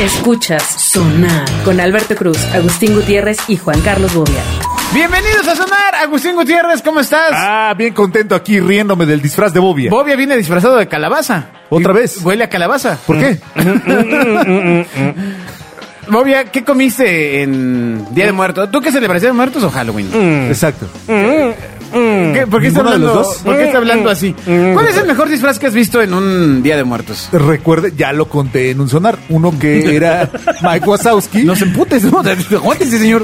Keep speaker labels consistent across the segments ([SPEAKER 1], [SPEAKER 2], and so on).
[SPEAKER 1] Escuchas Sonar con Alberto Cruz, Agustín Gutiérrez y Juan Carlos Bobia.
[SPEAKER 2] Bienvenidos a Sonar, Agustín Gutiérrez, ¿cómo estás?
[SPEAKER 3] Ah, bien contento aquí riéndome del disfraz de Bobia.
[SPEAKER 2] Bobia viene disfrazado de calabaza.
[SPEAKER 3] ¿Otra
[SPEAKER 2] Y
[SPEAKER 3] vez? Mm.
[SPEAKER 2] Huele a calabaza.
[SPEAKER 3] ¿Por qué?
[SPEAKER 2] Bobia, ¿qué comiste en Día de Muertos? ¿Tú qué celebras Día de Muertos o Halloween?
[SPEAKER 3] Exacto.
[SPEAKER 2] ¿Qué- ¿Por qué está
[SPEAKER 3] ¿Ninguno de
[SPEAKER 2] hablando,
[SPEAKER 3] los dos?
[SPEAKER 2] por qué está hablando así? ¿Cuál es el mejor disfraz que has visto en un Día de Muertos?
[SPEAKER 3] Recuerde, ya lo conté en un sonar, uno que era Mike Wazowski.
[SPEAKER 2] No se emputes, no, aguántese, señor.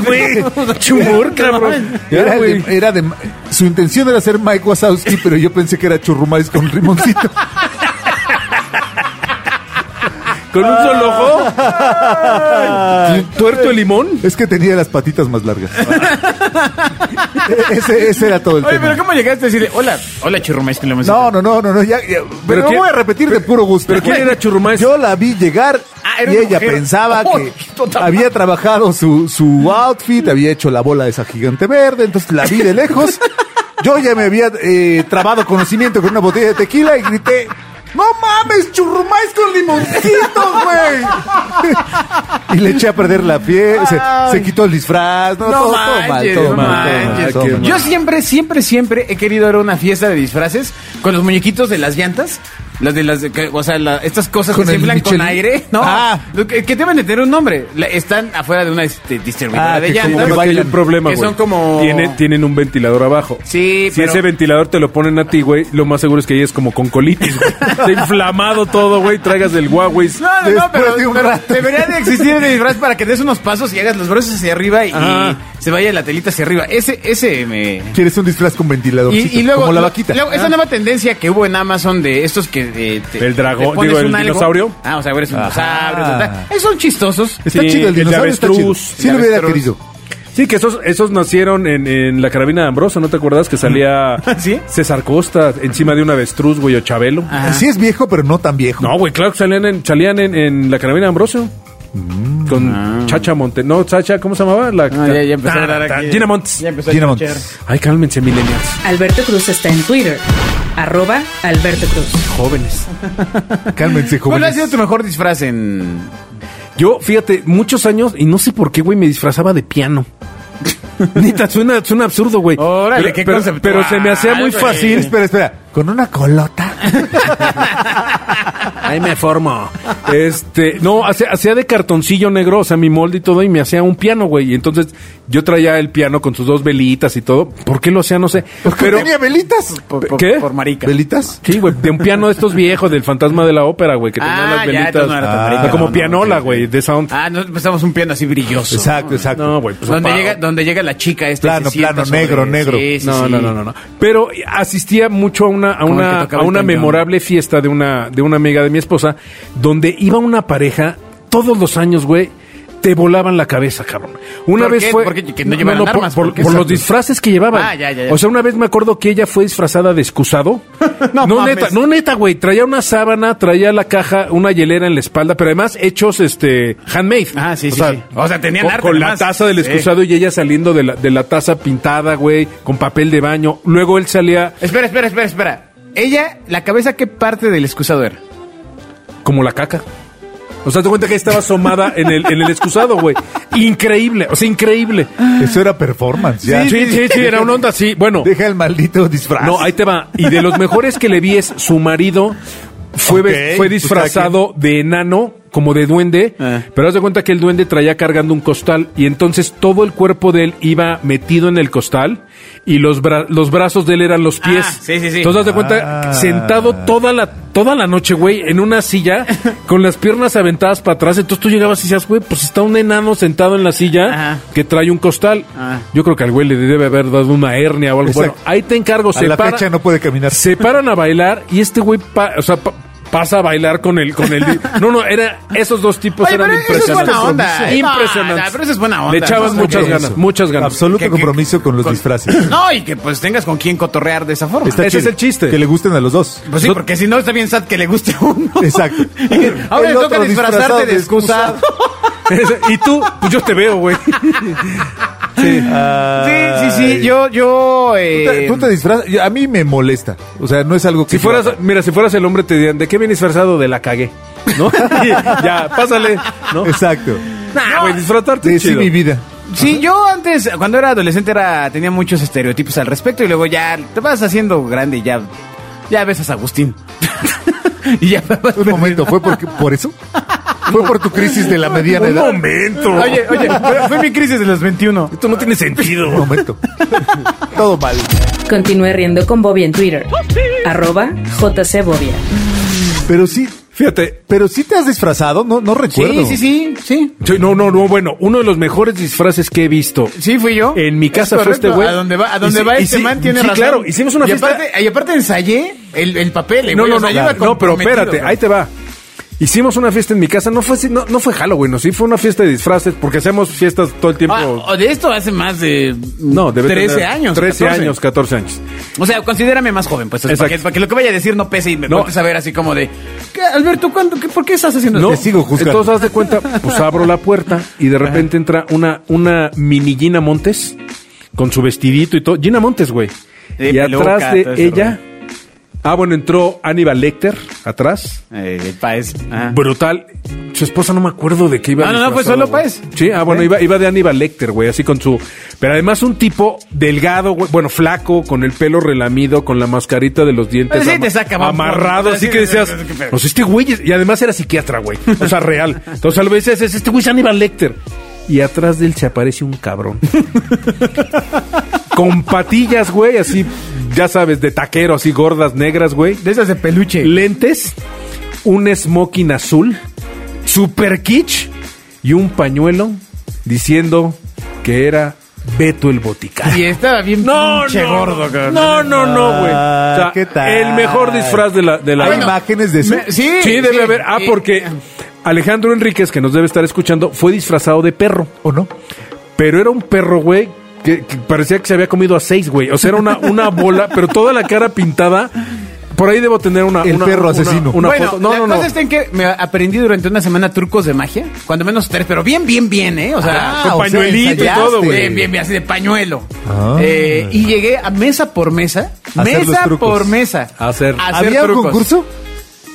[SPEAKER 4] güey. Chumor, cabrón.
[SPEAKER 3] Era de, era de- su intención era ser Mike Wazowski, pero yo pensé que era churrumais con limoncito.
[SPEAKER 4] Con un solo ojo. Tuerto el limón.
[SPEAKER 3] Es que tenía las patitas más largas. E-, ese, ese era todo el
[SPEAKER 2] Oye,
[SPEAKER 3] tema.
[SPEAKER 2] pero ¿cómo llegaste a decirle, hola, hola, churrumais, que lo hemos
[SPEAKER 3] No, no, no, no, no, ya, ya- pero lo
[SPEAKER 4] quién-
[SPEAKER 3] voy a repetir de puro gusto.
[SPEAKER 4] pero quién era Churrumais?
[SPEAKER 3] Yo la vi llegar
[SPEAKER 2] Ah, era
[SPEAKER 3] y
[SPEAKER 2] una
[SPEAKER 3] ella
[SPEAKER 2] mujer.
[SPEAKER 3] pensaba
[SPEAKER 2] Oh,
[SPEAKER 3] que
[SPEAKER 2] puta madre.
[SPEAKER 3] había trabajado su, su outfit, había hecho la bola esa gigante verde, entonces la vi de lejos. Yo ya me había eh, trabado conocimiento con una botella de tequila y grité. ¡No mames, churrumais con limoncito, güey! y le eché a perder la piel, se, se quitó el disfraz, no,
[SPEAKER 2] No
[SPEAKER 3] todo, todo mal,
[SPEAKER 2] manches,
[SPEAKER 3] todo
[SPEAKER 2] no
[SPEAKER 3] mal, todo mal,
[SPEAKER 2] manches.
[SPEAKER 3] todo mal.
[SPEAKER 2] Yo siempre, siempre, siempre he querido ir a una fiesta de disfraces con los muñequitos de las llantas. Las de las, de que- o sea, la- estas cosas
[SPEAKER 3] Con
[SPEAKER 2] que se
[SPEAKER 3] el
[SPEAKER 2] inflan con
[SPEAKER 3] Michelin.
[SPEAKER 2] aire, ¿no?
[SPEAKER 3] Ah.
[SPEAKER 2] Lo Que, que deben de tener un nombre. La- están afuera de una este, distribuidora
[SPEAKER 3] Ah,
[SPEAKER 2] de
[SPEAKER 3] que como
[SPEAKER 2] llantas.
[SPEAKER 3] que
[SPEAKER 4] Porque hay
[SPEAKER 3] bailan.
[SPEAKER 4] un problema,
[SPEAKER 2] Que
[SPEAKER 4] güey.
[SPEAKER 2] son como-
[SPEAKER 4] Tiene- tienen un ventilador abajo.
[SPEAKER 2] Sí,
[SPEAKER 4] Si
[SPEAKER 2] pero-
[SPEAKER 4] ese ventilador te lo ponen a ti, güey, lo más seguro es que ahí es como con colitis, güey. Está inflamado todo, güey. Traigas del Huawei.
[SPEAKER 2] No, no, no,
[SPEAKER 3] Después
[SPEAKER 2] pero,
[SPEAKER 3] de un
[SPEAKER 2] pero
[SPEAKER 3] rato.
[SPEAKER 2] debería de existir el disfraz para que des unos pasos y hagas los brazos hacia arriba y,
[SPEAKER 4] Ajá.
[SPEAKER 2] y se vaya la telita hacia arriba. Ese, ese me...
[SPEAKER 3] ¿Quieres un disfraz con ventilador?
[SPEAKER 2] Y, y luego,
[SPEAKER 3] como la vaquita. Ah.
[SPEAKER 2] luego, esa nueva tendencia que hubo en Amazon de estos que. eh, te-
[SPEAKER 4] El dragón,
[SPEAKER 2] te pones
[SPEAKER 4] digo,
[SPEAKER 2] un
[SPEAKER 4] el
[SPEAKER 2] algo.
[SPEAKER 4] dinosaurio.
[SPEAKER 2] Ah, o sea, eres un
[SPEAKER 3] Ajá.
[SPEAKER 2] dinosaurio. ta, ta. Eh, son chistosos.
[SPEAKER 3] Está
[SPEAKER 4] Sí,
[SPEAKER 3] chido el
[SPEAKER 4] el de
[SPEAKER 3] dinosaurio, está chido.
[SPEAKER 4] avestruz,
[SPEAKER 3] Sí
[SPEAKER 2] el
[SPEAKER 3] lo hubiera
[SPEAKER 2] avestruz.
[SPEAKER 3] querido.
[SPEAKER 4] Sí, que esos, esos nacieron en, en la carabina de Ambroso, ¿no te acuerdas? Que salía
[SPEAKER 2] ¿Sí? Ah.
[SPEAKER 4] César Costa encima de un avestruz, güey, o Chabelo.
[SPEAKER 2] Ajá.
[SPEAKER 3] Sí es viejo, pero no tan viejo.
[SPEAKER 4] No, güey, claro que salían en, salían en, en la carabina de Ambrosio. Con Chacha Montes. No, Chacha, ¿cómo se llamaba? La,
[SPEAKER 2] Mm. Ah, ya, ya empezó a dar
[SPEAKER 4] Ta- ta-
[SPEAKER 2] aquí.
[SPEAKER 4] Gina Montes.
[SPEAKER 2] Ya empezó a
[SPEAKER 3] Gina
[SPEAKER 2] escuchar.
[SPEAKER 3] Montes.
[SPEAKER 4] Ay, cálmense, millennials.
[SPEAKER 1] Alberto Cruz está en Twitter, arroba Alberto Cruz.
[SPEAKER 4] Jóvenes.
[SPEAKER 3] Cálmense,
[SPEAKER 2] ¿Cuál ha
[SPEAKER 3] jóvenes.
[SPEAKER 2] sido tu mejor disfraz en.
[SPEAKER 4] Yo, fíjate, muchos años, y no sé por qué, güey, me disfrazaba de piano. Neta, suena, suena absurdo, güey.
[SPEAKER 2] Órale,
[SPEAKER 4] pero,
[SPEAKER 2] qué
[SPEAKER 4] pero-
[SPEAKER 2] conceptual,
[SPEAKER 4] pero se me hacía muy
[SPEAKER 2] güey.
[SPEAKER 3] Sí,
[SPEAKER 4] fácil.
[SPEAKER 3] espera, espera. Con una colota.
[SPEAKER 4] Ah, Ahí me formo. Este, no, hacía, hacía de cartoncillo negro, o sea, mi molde y todo, y me hacía un piano, güey. Y entonces yo traía el piano con sus dos velitas y todo. ¿Por qué lo hacía? No sé. Pero,
[SPEAKER 3] tenía velitas.
[SPEAKER 2] Por, por-
[SPEAKER 4] ¿Qué?
[SPEAKER 2] Por marica.
[SPEAKER 3] ¿Velitas?
[SPEAKER 4] sí, güey, de un piano de estos viejos, del fantasma de la ópera, güey, que tenía
[SPEAKER 2] Ah,
[SPEAKER 4] las
[SPEAKER 2] ya,
[SPEAKER 4] velitas.
[SPEAKER 2] entonces no era tan
[SPEAKER 4] Ah,
[SPEAKER 2] marica,
[SPEAKER 4] como
[SPEAKER 2] no, no,
[SPEAKER 4] pianola,
[SPEAKER 2] ok, ok.
[SPEAKER 4] güey, de sound.
[SPEAKER 2] Ah, no, empezamos un piano así brilloso.
[SPEAKER 3] Exacto, exacto.
[SPEAKER 4] No, güey, pues
[SPEAKER 2] Donde
[SPEAKER 4] pa-
[SPEAKER 2] llega, donde llega la chica esta. y
[SPEAKER 3] Plano,
[SPEAKER 2] se sienta
[SPEAKER 3] plano, negro, negro.
[SPEAKER 2] Sí, sí,
[SPEAKER 4] no,
[SPEAKER 2] sí.
[SPEAKER 4] no, no, no, no. Pero asistía mucho a una, a
[SPEAKER 2] Como el
[SPEAKER 4] una,
[SPEAKER 2] que tocaba
[SPEAKER 4] a
[SPEAKER 2] el
[SPEAKER 4] una
[SPEAKER 2] cañón.
[SPEAKER 4] memorable fiesta de una, de una amiga de mi esposa, donde iba una pareja todos los años, güey. Te volaban la cabeza, cabrón. Una
[SPEAKER 2] ¿Por
[SPEAKER 4] vez
[SPEAKER 2] qué?
[SPEAKER 4] fue.
[SPEAKER 2] ¿Por qué? Que no llevaran
[SPEAKER 4] por-
[SPEAKER 2] armas,
[SPEAKER 4] por,
[SPEAKER 2] ¿por qué?
[SPEAKER 4] por los
[SPEAKER 2] Exacto.
[SPEAKER 4] disfraces que llevaban.
[SPEAKER 2] Ah, ya, ya, ya.
[SPEAKER 4] O sea, una vez me acuerdo que ella fue disfrazada de excusado.
[SPEAKER 2] No mames.
[SPEAKER 4] neta, no neta, güey. Traía una sábana, traía la caja, una hielera en la espalda, pero además hechos, este, handmade.
[SPEAKER 2] Ah, sí,
[SPEAKER 4] O
[SPEAKER 2] sí,
[SPEAKER 4] sea,
[SPEAKER 2] sí. O sea, tenían
[SPEAKER 4] con,
[SPEAKER 2] arte
[SPEAKER 4] con la
[SPEAKER 2] nomás.
[SPEAKER 4] taza del
[SPEAKER 2] Sí.
[SPEAKER 4] excusado y ella saliendo de la, de la taza pintada, güey, con papel de baño. Luego él salía
[SPEAKER 2] Espera, espera, espera, espera. Ella, la cabeza, ¿qué parte del excusado era?
[SPEAKER 4] como la caca. O sea, te cuenta que estaba asomada en el, en el excusado, güey. Increíble, o sea, increíble.
[SPEAKER 3] Eso era performance. ya.
[SPEAKER 4] Sí, sí, sí, era una onda así. Bueno,
[SPEAKER 3] Deja el maldito disfraz.
[SPEAKER 4] no, ahí te va. Y de los mejores que le vi es su marido fue, ve-
[SPEAKER 3] Ok,
[SPEAKER 4] fue
[SPEAKER 3] pues,
[SPEAKER 4] disfrazado de enano, como de duende.
[SPEAKER 2] Ah.
[SPEAKER 4] Pero haz de cuenta que el duende traía cargando un costal y entonces todo el cuerpo de él iba metido en el costal y los, bra- los brazos de él eran los pies.
[SPEAKER 2] Ah, sí, sí, sí.
[SPEAKER 4] Entonces haz de cuenta,
[SPEAKER 3] Ah.
[SPEAKER 4] sentado toda la, toda la noche, güey, en una silla, con las piernas aventadas para atrás. Entonces tú llegabas y decías, güey, pues está un enano sentado en la silla
[SPEAKER 2] Ajá.
[SPEAKER 4] que trae un costal.
[SPEAKER 2] Ah.
[SPEAKER 4] Yo creo que al güey le debe haber dado una hernia o algo. Bueno,
[SPEAKER 3] Exacto.
[SPEAKER 4] ahí te encargo.
[SPEAKER 3] A la fecha no puede caminar.
[SPEAKER 4] Se paran a bailar y este güey, pa- o sea, pa- pasa a bailar con el, con el. No, no, era esos dos tipos
[SPEAKER 2] Oye,
[SPEAKER 4] eran
[SPEAKER 2] pero eso es
[SPEAKER 4] impresionantes.
[SPEAKER 2] buena onda, ¿eh?
[SPEAKER 4] Impresionantes.
[SPEAKER 2] Ah, pero eso es buena onda,
[SPEAKER 4] Le echabas
[SPEAKER 2] ¿no?
[SPEAKER 4] muchas
[SPEAKER 2] Eso.
[SPEAKER 4] ganas, muchas ganas.
[SPEAKER 3] Absoluto
[SPEAKER 2] Que- que-
[SPEAKER 3] compromiso con los disfraces.
[SPEAKER 2] No, y que pues tengas con quién cotorrear de esa forma.
[SPEAKER 3] Está
[SPEAKER 4] Ese
[SPEAKER 3] chido.
[SPEAKER 4] es el chiste.
[SPEAKER 3] Que le gusten a los dos.
[SPEAKER 2] Pues sí, porque si no está bien sad que le guste a uno.
[SPEAKER 3] Exacto.
[SPEAKER 2] Ahora
[SPEAKER 3] El
[SPEAKER 2] le toca
[SPEAKER 3] otro disfrazado
[SPEAKER 2] disfrazarte de
[SPEAKER 3] de
[SPEAKER 2] excusa.
[SPEAKER 4] y tú, pues yo te veo, güey.
[SPEAKER 2] Sí, sí, sí. Yo, yo. eh,
[SPEAKER 3] Tú te disfrazas. yo- A mí me molesta. O sea, no es algo que.
[SPEAKER 4] Si
[SPEAKER 3] yo
[SPEAKER 4] fueras,
[SPEAKER 3] haga.
[SPEAKER 4] mira, si fueras el hombre te dirían, ¿de qué vienes disfrazado? De la cagué. ¿no? Y ya, pásale, ¿no?
[SPEAKER 3] Exacto.
[SPEAKER 4] Nah, güey, disfrutarte
[SPEAKER 3] Sí,
[SPEAKER 4] es
[SPEAKER 3] sí,
[SPEAKER 4] chido.
[SPEAKER 3] mi vida.
[SPEAKER 2] Sí, yo antes, cuando era adolescente, era, tenía muchos estereotipos al respecto y luego ya te vas haciendo grande y ya, ya besas a Agustín. y ya vas
[SPEAKER 3] Un momento, ¿fue por, por eso? ¿Fue por tu crisis de la mediana edad?
[SPEAKER 4] momento.
[SPEAKER 2] Oye, oye, fue, fue mi crisis de los 21.
[SPEAKER 4] Esto no tiene sentido.
[SPEAKER 3] Un momento. Todo mal.
[SPEAKER 1] Continúe riendo con Bobia en Twitter. Arroba JC Bobia.
[SPEAKER 3] Pero sí,
[SPEAKER 4] Fíjate,
[SPEAKER 3] pero sí te has disfrazado, no, no recuerdo.
[SPEAKER 2] Sí, sí, sí, sí.
[SPEAKER 4] sí, no, no, no, bueno, uno de los mejores disfraces que he visto.
[SPEAKER 2] Sí, fui yo.
[SPEAKER 4] En mi casa
[SPEAKER 2] Es
[SPEAKER 4] fue este
[SPEAKER 2] correcto.
[SPEAKER 4] güey.
[SPEAKER 2] A donde va, a donde
[SPEAKER 4] Y sí,
[SPEAKER 2] va
[SPEAKER 4] y
[SPEAKER 2] este
[SPEAKER 4] sí,
[SPEAKER 2] man tiene
[SPEAKER 4] sí,
[SPEAKER 2] razón.
[SPEAKER 4] claro, hicimos una
[SPEAKER 2] y
[SPEAKER 4] fiesta-
[SPEAKER 2] Aparte, y aparte ensayé el, el papel. eh,
[SPEAKER 4] No,
[SPEAKER 2] güey,
[SPEAKER 4] no,
[SPEAKER 2] o
[SPEAKER 4] no,
[SPEAKER 2] sea, yo iba
[SPEAKER 4] no, pero
[SPEAKER 2] comprometido,
[SPEAKER 4] espérate,
[SPEAKER 2] güey.
[SPEAKER 4] ahí te va. Hicimos una fiesta en mi casa, no fue así- no, no fue Halloween, no, sí fue una fiesta de disfraces, porque hacemos fiestas todo el tiempo.
[SPEAKER 2] Ah, o de esto hace más de
[SPEAKER 4] no, debe
[SPEAKER 2] 13
[SPEAKER 4] tener
[SPEAKER 2] años.
[SPEAKER 4] 13
[SPEAKER 2] 14.
[SPEAKER 4] años, 14 años.
[SPEAKER 2] O sea, considérame más joven, pues. Para
[SPEAKER 4] Exacto.
[SPEAKER 2] que, para que lo que vaya a decir no pese y me
[SPEAKER 4] No.
[SPEAKER 2] no. a ver así como de. "¿Qué, Alberto, ¿cuándo, qué- ¿por qué estás haciendo
[SPEAKER 4] No,
[SPEAKER 3] Te
[SPEAKER 2] esto?"
[SPEAKER 3] sigo juzgando.
[SPEAKER 4] Entonces haz de cuenta, pues abro la puerta y de repente entra una, una mini Gina Montes con su vestidito y todo. Gina Montes, güey.
[SPEAKER 2] De
[SPEAKER 4] y
[SPEAKER 2] peluca,
[SPEAKER 4] atrás
[SPEAKER 2] todo
[SPEAKER 4] de
[SPEAKER 2] ese
[SPEAKER 4] ella. Ah, bueno, entró Aníbal Lecter atrás.
[SPEAKER 2] Eh, el Paez. ajá.
[SPEAKER 4] Brutal. Su esposa no me acuerdo de qué iba.
[SPEAKER 2] Ah, No, no, no, fue
[SPEAKER 4] disfrazada,
[SPEAKER 2] solo
[SPEAKER 4] güey.
[SPEAKER 2] Páez.
[SPEAKER 4] Sí, ah, bueno, iba, iba de Aníbal Lecter, güey, así con su. Pero además un tipo delgado, güey, bueno, flaco, con el pelo relamido, con la mascarita de los dientes.
[SPEAKER 2] Pues Sí, te saca, vamos,
[SPEAKER 4] amarrado,
[SPEAKER 2] vamos,
[SPEAKER 4] así
[SPEAKER 2] sí,
[SPEAKER 4] que
[SPEAKER 2] sí,
[SPEAKER 4] decías.
[SPEAKER 2] sí, sí, sí.
[SPEAKER 4] O sea, este güey. es- Y además era psiquiatra, güey. O sea, real. Entonces al veces es este güey es Aníbal Lecter. Y atrás de él se aparece un cabrón. con patillas, güey, así, ya sabes, de taquero, así gordas, negras, güey
[SPEAKER 2] De esas de peluche.
[SPEAKER 4] lentes, un smoking azul, super kitsch y un pañuelo diciendo que era Beto el
[SPEAKER 2] Y
[SPEAKER 4] Boticario.
[SPEAKER 2] estaba bien
[SPEAKER 4] No,
[SPEAKER 2] pinche
[SPEAKER 4] no,
[SPEAKER 2] gordo, cabrón.
[SPEAKER 4] no, no, no, güey.
[SPEAKER 3] Ah,
[SPEAKER 4] O sea,
[SPEAKER 3] ¿qué tal?
[SPEAKER 4] El mejor disfraz de la. De la
[SPEAKER 3] Hay imágenes de eso.
[SPEAKER 2] me- sí,
[SPEAKER 4] Sí, debe
[SPEAKER 2] sí,
[SPEAKER 4] haber. Ah,
[SPEAKER 2] sí.
[SPEAKER 4] porque Alejandro Enríquez, que nos debe estar escuchando, fue disfrazado de perro.
[SPEAKER 3] ¿O no?
[SPEAKER 4] Pero era un perro, güey, que, que parecía que se había comido a seis, güey. O sea, era una, una bola, pero toda la cara pintada. Por ahí debo tener una.
[SPEAKER 3] El
[SPEAKER 4] una-
[SPEAKER 3] perro
[SPEAKER 4] una-
[SPEAKER 3] asesino.
[SPEAKER 4] Una
[SPEAKER 2] bueno,
[SPEAKER 4] foto. Pues, No,
[SPEAKER 2] la
[SPEAKER 4] no, no.
[SPEAKER 2] cosa está en que me aprendí durante una semana trucos de magia, cuando menos tres, pero bien, bien, bien, ¿eh? O sea,
[SPEAKER 3] Ah,
[SPEAKER 2] con
[SPEAKER 3] o sea,
[SPEAKER 2] pañuelito y todo,
[SPEAKER 3] ensayaste.
[SPEAKER 2] güey. Bien, bien, bien, así de pañuelo.
[SPEAKER 3] Ah.
[SPEAKER 2] Eh, y llegué a mesa por mesa,
[SPEAKER 3] A hacer los
[SPEAKER 2] mesa
[SPEAKER 3] trucos.
[SPEAKER 2] por mesa.
[SPEAKER 4] A hacer.
[SPEAKER 3] ¿Había un
[SPEAKER 2] trucos.
[SPEAKER 3] concurso?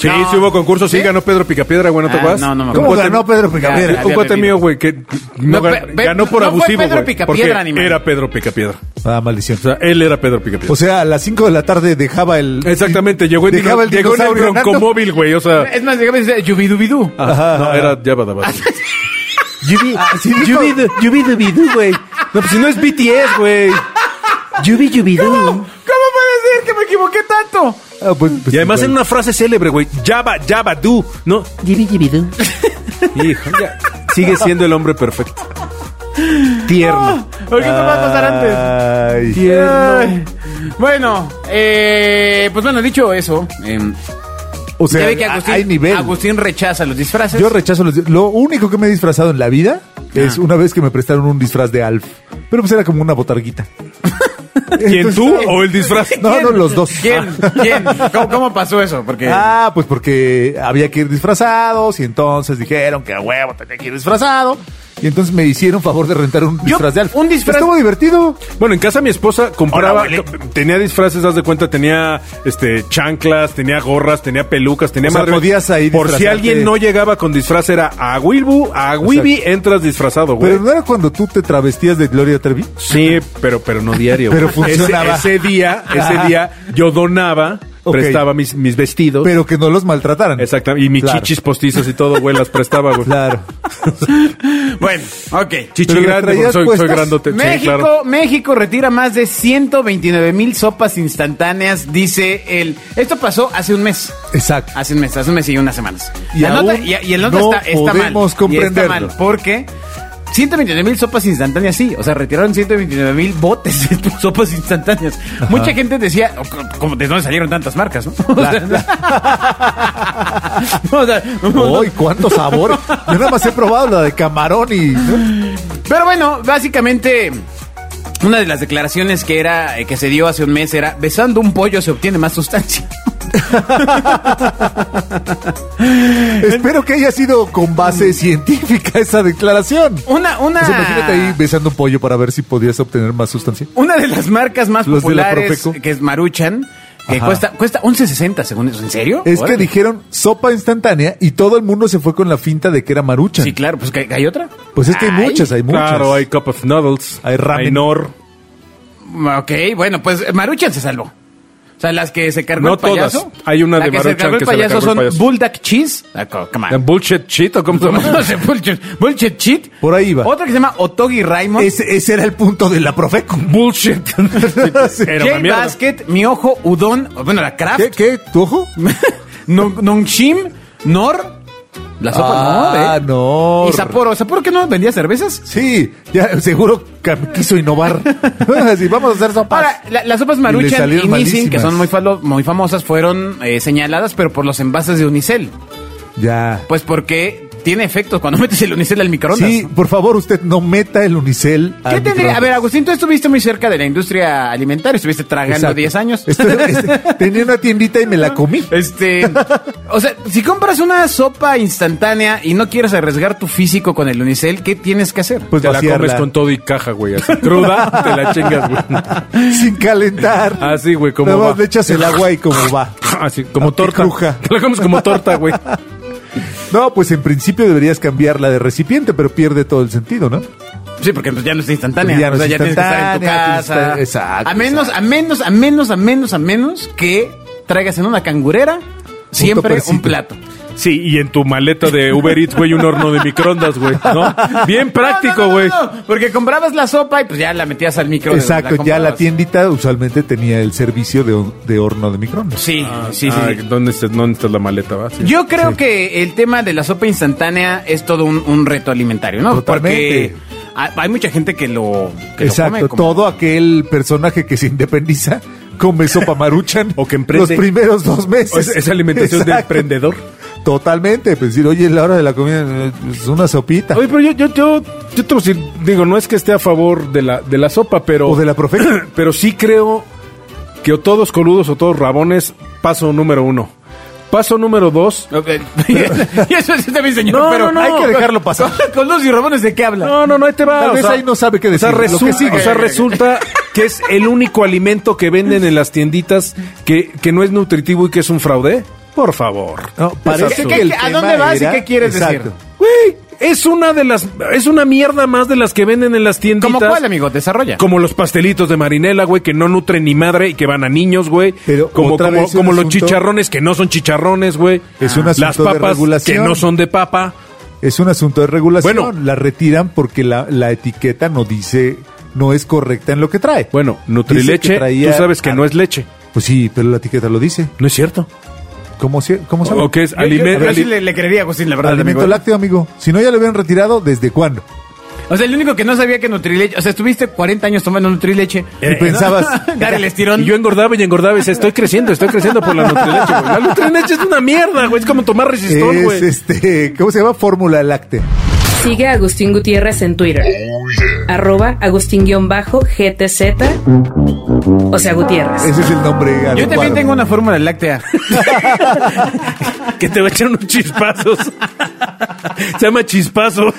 [SPEAKER 4] Sí,
[SPEAKER 2] No.
[SPEAKER 4] sí hubo concurso, sí,
[SPEAKER 2] ¿Sí?
[SPEAKER 4] ganó Pedro Picapiedra, güey, ¿no te
[SPEAKER 2] Ah,
[SPEAKER 4] acuerdas?
[SPEAKER 2] no, no me
[SPEAKER 4] Un
[SPEAKER 2] acuerdo.
[SPEAKER 3] ¿Cómo
[SPEAKER 4] cuate-
[SPEAKER 3] ganó Pedro
[SPEAKER 2] Ya,
[SPEAKER 3] Picapiedra?
[SPEAKER 2] ya.
[SPEAKER 4] Un cuate
[SPEAKER 2] Había
[SPEAKER 4] mío, güey, que no
[SPEAKER 2] No,
[SPEAKER 4] gan-
[SPEAKER 2] Pe- Pe-
[SPEAKER 4] ganó por
[SPEAKER 2] no fue
[SPEAKER 4] abusivo,
[SPEAKER 2] Pedro
[SPEAKER 4] güey,
[SPEAKER 2] Picapiedra,
[SPEAKER 4] porque
[SPEAKER 2] animal.
[SPEAKER 4] Era Pedro Picapiedra.
[SPEAKER 3] Ah, maldición.
[SPEAKER 4] O sea, él era Pedro Picapiedra.
[SPEAKER 3] O sea, a las 5 de la tarde dejaba el...
[SPEAKER 4] Exactamente, llegó en,
[SPEAKER 3] Dejaba
[SPEAKER 4] dino-
[SPEAKER 3] el
[SPEAKER 4] llegó en el
[SPEAKER 3] dinosaurio nato.
[SPEAKER 4] broncomóvil, güey, o sea...
[SPEAKER 2] Es más, llegaba y decía, yubidubidú.
[SPEAKER 4] Ah, no, era ya Yubi,
[SPEAKER 3] Yubi-
[SPEAKER 4] güey. No, pues si no es BTS, güey. Yubi Yubidu.
[SPEAKER 2] ¿Cómo puede ser que me equivoqué tanto?
[SPEAKER 3] Ah, pues- pues
[SPEAKER 4] Y además
[SPEAKER 3] igual.
[SPEAKER 4] en una frase célebre, güey. Java, Java, du. No. Hijo, ya. Sigue siendo el hombre perfecto. Tierno.
[SPEAKER 2] ¿Por qué no va a pasar antes?
[SPEAKER 3] Ah, Ay.
[SPEAKER 2] Ay. Bueno, eh, pues bueno, dicho eso, em,
[SPEAKER 3] O sea,
[SPEAKER 2] ya ve que Agustín,
[SPEAKER 3] hay nivel.
[SPEAKER 2] Agustín rechaza los disfraces.
[SPEAKER 3] Yo rechazo los... Lo único que me he disfrazado en la vida
[SPEAKER 2] Ah.
[SPEAKER 3] es una vez que me prestaron un disfraz de Alf. Pero pues era como una botarguita.
[SPEAKER 4] ¿Quién
[SPEAKER 3] Entonces,
[SPEAKER 4] tú o el disfraz?
[SPEAKER 3] No, no,
[SPEAKER 2] ¿Quién?
[SPEAKER 3] los dos.
[SPEAKER 2] ¿Quién? ¿Quién? ¿Cómo, cómo pasó eso? Porque.
[SPEAKER 3] Ah, pues porque había que ir disfrazados y entonces dijeron que a huevo tenía que ir disfrazado. Y entonces me hicieron favor de rentar un disfraz de Alf.
[SPEAKER 2] un disfraz-
[SPEAKER 3] Estuvo divertido.
[SPEAKER 4] Bueno, en casa mi esposa compraba,
[SPEAKER 2] Hola, abuelito.
[SPEAKER 4] co- tenía disfraces, haz de cuenta, tenía este chanclas, tenía gorras, tenía pelucas, tenía
[SPEAKER 3] O sea,
[SPEAKER 4] madre-
[SPEAKER 3] podías ahí
[SPEAKER 4] Por si
[SPEAKER 3] disfrazarte.
[SPEAKER 4] alguien no llegaba con disfraz era a Wilbu, a Wibi, entras disfrazado, güey.
[SPEAKER 3] Pero no era cuando tú te travestías de Gloria Trevi.
[SPEAKER 4] Sí, pero pero no diario.
[SPEAKER 3] Pero
[SPEAKER 4] güey. Ese-
[SPEAKER 3] funcionaba.
[SPEAKER 4] Ese, día, ese
[SPEAKER 3] Ajá.
[SPEAKER 4] día yo donaba,
[SPEAKER 3] Ok.
[SPEAKER 4] prestaba mis, mis vestidos.
[SPEAKER 3] Pero que no los maltrataran.
[SPEAKER 4] Exactamente, y mis
[SPEAKER 3] Claro.
[SPEAKER 4] chichis postizas y todo, güey, las prestaba, güey.
[SPEAKER 3] Claro.
[SPEAKER 2] Bueno, ok.
[SPEAKER 4] Chichi
[SPEAKER 3] Pero las
[SPEAKER 4] grande, porque
[SPEAKER 3] traías
[SPEAKER 4] soy, soy
[SPEAKER 3] puestas.
[SPEAKER 4] grandote. sí,
[SPEAKER 2] México,
[SPEAKER 4] claro.
[SPEAKER 2] México retira más de 129 mil sopas instantáneas, dice él. Esto pasó hace un mes.
[SPEAKER 3] Exacto.
[SPEAKER 2] Hace un mes, hace un mes y unas semanas.
[SPEAKER 3] Y
[SPEAKER 2] La nota-
[SPEAKER 3] aún
[SPEAKER 2] y, y el nota
[SPEAKER 3] no
[SPEAKER 2] está, está mal.
[SPEAKER 3] podemos
[SPEAKER 2] Y
[SPEAKER 3] comprenderlo.
[SPEAKER 2] Está mal porque 129 mil sopas instantáneas, sí. O sea, retiraron 129 mil botes de tus sopas instantáneas. Mucha gente decía, o co- como, ¿de dónde salieron tantas marcas? ¿no? O sea, o sea,
[SPEAKER 3] ¡Uy, cuánto sabor! Yo nada más he probado la de camarón y...
[SPEAKER 2] Pero bueno, básicamente una de las declaraciones que era eh, que se dio hace un mes era besando un pollo se obtiene más sustancia.
[SPEAKER 3] Espero que haya sido con base científica esa declaración.
[SPEAKER 2] Una una
[SPEAKER 3] O sea, imagínate ahí besando un pollo para ver si podías obtener más sustancia.
[SPEAKER 2] una de las marcas más
[SPEAKER 3] Los de la
[SPEAKER 2] populares
[SPEAKER 3] Profeco.
[SPEAKER 2] que es Maruchan Que
[SPEAKER 3] Ajá.
[SPEAKER 2] cuesta, cuesta 11.60 según eso. ¿En serio?
[SPEAKER 3] Es que
[SPEAKER 2] Órale.
[SPEAKER 3] dijeron sopa instantánea y todo el mundo se fue con la finta de que era marucha.
[SPEAKER 2] Sí, claro, pues que hay otra.
[SPEAKER 3] Pues es que hay
[SPEAKER 2] Ay,
[SPEAKER 3] muchas, hay muchas.
[SPEAKER 4] Claro, hay cup of noodles.
[SPEAKER 3] Hay ramen.
[SPEAKER 4] nor.
[SPEAKER 2] Ok, bueno, pues Maruchan se salvó. O sea, las que se cargó
[SPEAKER 4] No
[SPEAKER 2] el payaso.
[SPEAKER 4] todas. Hay una
[SPEAKER 2] la
[SPEAKER 4] de
[SPEAKER 2] que
[SPEAKER 4] Maruchan
[SPEAKER 2] se cargó el
[SPEAKER 4] que se la
[SPEAKER 2] payaso
[SPEAKER 4] cargó el
[SPEAKER 2] son
[SPEAKER 4] payaso.
[SPEAKER 2] Bulldog Cheese. Ah, co- come on.
[SPEAKER 4] Bullshit shit o cómo se llama.
[SPEAKER 2] No sé, bullshit, bullshit cheat.
[SPEAKER 3] Por ahí va.
[SPEAKER 2] Otra que se llama Otogi Raymond.
[SPEAKER 3] Ese, ese era el punto de la Profeco.
[SPEAKER 4] Bullshit.
[SPEAKER 3] Sí.
[SPEAKER 4] Era una
[SPEAKER 2] J
[SPEAKER 4] mierda.
[SPEAKER 2] Basket, Mi Ojo, Udon, bueno, la Kraft,
[SPEAKER 3] ¿Qué? ¿Qué? ¿Tu ojo?
[SPEAKER 2] Non- Nongshim, Nor. La sopa no,
[SPEAKER 3] Ah,
[SPEAKER 2] ¿eh?
[SPEAKER 3] no.
[SPEAKER 2] Y Sapporo. ¿Sapporo que no vendía cervezas?
[SPEAKER 3] Sí, ya seguro que quiso innovar. Así, vamos a hacer sopas.
[SPEAKER 2] Ahora, la- las sopas
[SPEAKER 3] Y le
[SPEAKER 2] Maruchan y,
[SPEAKER 3] salieron
[SPEAKER 2] Nissin, que
[SPEAKER 3] malísimas.
[SPEAKER 2] son muy, falo- muy famosas, fueron eh, señaladas, pero por los envases de Unicel.
[SPEAKER 3] Ya.
[SPEAKER 2] Pues porque tiene efectos cuando metes el unicel al microondas.
[SPEAKER 3] Sí, por favor, usted no meta el unicel.
[SPEAKER 2] ¿Qué
[SPEAKER 3] al
[SPEAKER 2] tendría? A ver,
[SPEAKER 3] microondas.
[SPEAKER 2] Agustín, tú estuviste muy cerca de la industria alimentaria, estuviste tragando
[SPEAKER 3] Exacto.
[SPEAKER 2] 10 años.
[SPEAKER 3] Estoy- este, tenía una tiendita y me la comí.
[SPEAKER 2] Este, o sea, si compras una sopa instantánea y no quieres arriesgar tu físico con el unicel, ¿qué tienes que hacer?
[SPEAKER 3] Pues
[SPEAKER 4] te la comes
[SPEAKER 3] vaciarla.
[SPEAKER 4] con todo y caja, güey. Así cruda, te la chingas, güey.
[SPEAKER 3] Sin calentar.
[SPEAKER 4] Así, güey, como
[SPEAKER 3] Nada más
[SPEAKER 4] va.
[SPEAKER 3] le echas el agua y como va.
[SPEAKER 4] Así, como
[SPEAKER 3] Ah, qué
[SPEAKER 4] torta.
[SPEAKER 3] cruja.
[SPEAKER 4] Te la comes como torta, güey.
[SPEAKER 3] No, pues en principio deberías cambiarla de recipiente, pero pierde todo el sentido, ¿no?
[SPEAKER 2] Sí, porque pues, ya no es instantánea.
[SPEAKER 3] Ya no
[SPEAKER 2] o sea,
[SPEAKER 3] es
[SPEAKER 2] ya tienes que estar en tu
[SPEAKER 3] instantánea, tienes que
[SPEAKER 2] casa.
[SPEAKER 3] estar- exacto,
[SPEAKER 2] a menos, a menos, a menos, a menos, a menos que traigas en una cangurera siempre un
[SPEAKER 3] topercito.
[SPEAKER 2] plato.
[SPEAKER 4] Sí, y en tu maleta de Uber Eats, güey, un horno de microondas, güey. ¿No? Bien
[SPEAKER 2] No,
[SPEAKER 4] práctico,
[SPEAKER 2] no, no,
[SPEAKER 4] güey.
[SPEAKER 2] no, no, porque comprabas la sopa y pues ya la metías al micro.
[SPEAKER 3] Exacto, ya la
[SPEAKER 2] comprabas.
[SPEAKER 3] tiendita usualmente tenía el servicio de, de horno de microondas.
[SPEAKER 2] Sí, sí, sí,
[SPEAKER 4] Ah,
[SPEAKER 2] sí.
[SPEAKER 4] ¿dónde, está, ¿Dónde está la maleta, va? Sí.
[SPEAKER 2] Yo creo que el tema de la sopa instantánea es todo un, un reto alimentario, ¿no?
[SPEAKER 3] Totalmente.
[SPEAKER 2] Porque ha- hay mucha gente que lo. que lo
[SPEAKER 3] Exacto,
[SPEAKER 2] come como-
[SPEAKER 3] todo aquel personaje que se independiza come sopa maruchan
[SPEAKER 4] O que emprende.
[SPEAKER 3] los primeros dos meses.
[SPEAKER 4] O es- es alimentación de emprendedor.
[SPEAKER 3] Totalmente, pues decir, oye, la hora de la comida eh, es una sopita.
[SPEAKER 4] Oye, pero yo, yo, yo, yo te voy a decir, digo, no es que esté a favor de la, de la sopa, pero.
[SPEAKER 3] o de la profeta.
[SPEAKER 4] pero sí creo que o todos coludos o todos rabones, paso número uno. Paso número dos.
[SPEAKER 2] Ok. y eso es también, señor.
[SPEAKER 4] No,
[SPEAKER 2] pero
[SPEAKER 4] no, no.
[SPEAKER 2] hay que dejarlo
[SPEAKER 3] pasar.
[SPEAKER 2] con, con los y rabones, ¿de qué habla?
[SPEAKER 4] No, no, no, ahí te va.
[SPEAKER 3] Tal vez ahí no sabe qué
[SPEAKER 4] o sea,
[SPEAKER 3] decir, lo
[SPEAKER 4] resulta,
[SPEAKER 3] que sigue.
[SPEAKER 4] o sea,
[SPEAKER 2] Ok, ok, ok.
[SPEAKER 4] resulta que es el único alimento que venden en las tienditas que, que no es nutritivo y que es un fraude. Por favor.
[SPEAKER 3] No,
[SPEAKER 2] ¿Qué-
[SPEAKER 3] parece
[SPEAKER 2] qué-
[SPEAKER 3] que el
[SPEAKER 2] qué- a
[SPEAKER 3] tema
[SPEAKER 2] dónde vas y
[SPEAKER 3] era-
[SPEAKER 2] qué quieres
[SPEAKER 3] Exacto.
[SPEAKER 2] decir?
[SPEAKER 4] Güey, es una de las, es una mierda más de las que venden en las tienditas.
[SPEAKER 2] ¿Cómo cuál, amigo? Desarrolla.
[SPEAKER 4] Como los pastelitos de marinela, güey, que no nutren ni madre y que van a niños, güey.
[SPEAKER 3] Pero
[SPEAKER 4] como
[SPEAKER 3] otra
[SPEAKER 4] como,
[SPEAKER 3] vez un
[SPEAKER 4] como los
[SPEAKER 3] asunto-
[SPEAKER 4] chicharrones que no son chicharrones, güey. Ah.
[SPEAKER 3] Es un
[SPEAKER 4] Las
[SPEAKER 3] asunto de
[SPEAKER 4] papas que
[SPEAKER 3] regulación.
[SPEAKER 4] no son de papa.
[SPEAKER 3] Es un asunto de regulación.
[SPEAKER 4] Bueno.
[SPEAKER 3] la retiran porque la, la etiqueta no dice, no es correcta en lo que trae.
[SPEAKER 4] Bueno,
[SPEAKER 3] Dice
[SPEAKER 4] Nutrileche,
[SPEAKER 3] que traía-
[SPEAKER 4] tú sabes que no es leche.
[SPEAKER 3] Pues sí, pero la etiqueta lo dice.
[SPEAKER 4] No es cierto.
[SPEAKER 3] ¿Cómo, se- cómo sabe?
[SPEAKER 4] O que es
[SPEAKER 2] Yo- yo-
[SPEAKER 4] alimento.
[SPEAKER 2] yo sí le, le creería a Agustín, la verdad.
[SPEAKER 3] Alimento
[SPEAKER 2] amigo.
[SPEAKER 3] lácteo, amigo. Si no, ya lo habían retirado desde cuándo.
[SPEAKER 2] O sea, el único que no sabía que Nutrileche. O sea, estuviste 40 años tomando Nutrileche.
[SPEAKER 3] Y pensabas-
[SPEAKER 2] Dar el estirón.
[SPEAKER 4] Y yo engordaba y engordaba y decía, estoy creciendo, estoy creciendo por la Nutrileche, güey. La Nutrileche es una mierda, güey. Es como tomar resistol,
[SPEAKER 3] es
[SPEAKER 4] güey.
[SPEAKER 3] este, ¿cómo se llama? Fórmula láctea.
[SPEAKER 1] Sigue a Agustín Gutiérrez en Twitter. Arroba Agustín-GTZ. O sea, Gutiérrez.
[SPEAKER 3] Ese es el nombre.
[SPEAKER 2] Yo también
[SPEAKER 3] adecuado.
[SPEAKER 2] tengo una fórmula láctea.
[SPEAKER 4] Que te va a echar unos chispazos. Se llama chispazo.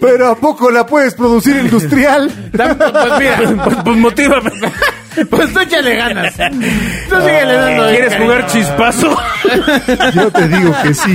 [SPEAKER 3] Pero ¿a poco la puedes producir industrial?
[SPEAKER 2] Tam- Pues mira,
[SPEAKER 4] Pues, pues motívame.
[SPEAKER 2] pues tú échale ganas. Tú síguele dando. de
[SPEAKER 4] Eh, Ah, ¿Quieres
[SPEAKER 2] cariño.
[SPEAKER 4] jugar chispazo?
[SPEAKER 3] Yo te digo que sí.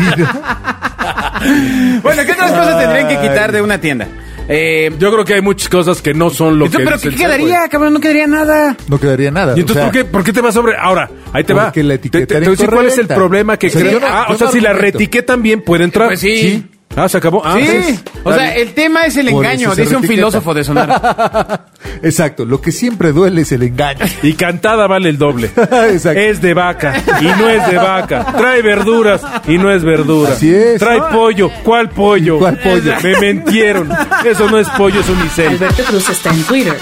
[SPEAKER 2] Bueno, ¿qué otras cosas tendrían que quitar de una tienda? Eh,
[SPEAKER 4] Yo creo que hay muchas cosas que no son lo
[SPEAKER 2] entonces,
[SPEAKER 4] que
[SPEAKER 2] ¿Pero
[SPEAKER 4] dice
[SPEAKER 2] qué
[SPEAKER 4] el ser,
[SPEAKER 2] quedaría,
[SPEAKER 4] güey.
[SPEAKER 2] cabrón? No quedaría nada.
[SPEAKER 3] No quedaría nada.
[SPEAKER 4] ¿Y entonces
[SPEAKER 3] o sea,
[SPEAKER 4] ¿por, qué, por qué te vas sobre...? Ahora, ahí te va.
[SPEAKER 3] Porque la
[SPEAKER 4] Te- te- te
[SPEAKER 3] etiqueta
[SPEAKER 4] voy a decir ¿Cuál es el
[SPEAKER 3] incorrecta.
[SPEAKER 4] problema que
[SPEAKER 3] O sea,
[SPEAKER 4] creen?
[SPEAKER 3] yo no-
[SPEAKER 4] ah,
[SPEAKER 3] yo
[SPEAKER 4] o sea,
[SPEAKER 3] no
[SPEAKER 4] si la
[SPEAKER 3] argumento.
[SPEAKER 4] reetiquetan bien, puede entrar.
[SPEAKER 2] Pues sí.
[SPEAKER 4] Ah, se acabó. Ah,
[SPEAKER 2] sí.
[SPEAKER 4] entonces-
[SPEAKER 2] O sea, eh. el tema es el
[SPEAKER 3] Por
[SPEAKER 2] engaño,
[SPEAKER 3] eso se
[SPEAKER 2] dice un
[SPEAKER 3] reetiqueta.
[SPEAKER 2] filósofo de sonar.
[SPEAKER 3] Exacto. Lo que siempre duele es el engaño.
[SPEAKER 4] Y cantada vale el doble.
[SPEAKER 3] Exacto.
[SPEAKER 4] Es de vaca y no es de vaca. Trae verduras y no es verdura.
[SPEAKER 3] Así es.
[SPEAKER 4] Trae pollo. ¿Cuál pollo?
[SPEAKER 3] ¿Cuál pollo?
[SPEAKER 4] Me mentieron. Eso no es pollo, es unicel.
[SPEAKER 1] Alberto Cruz está en Twitter.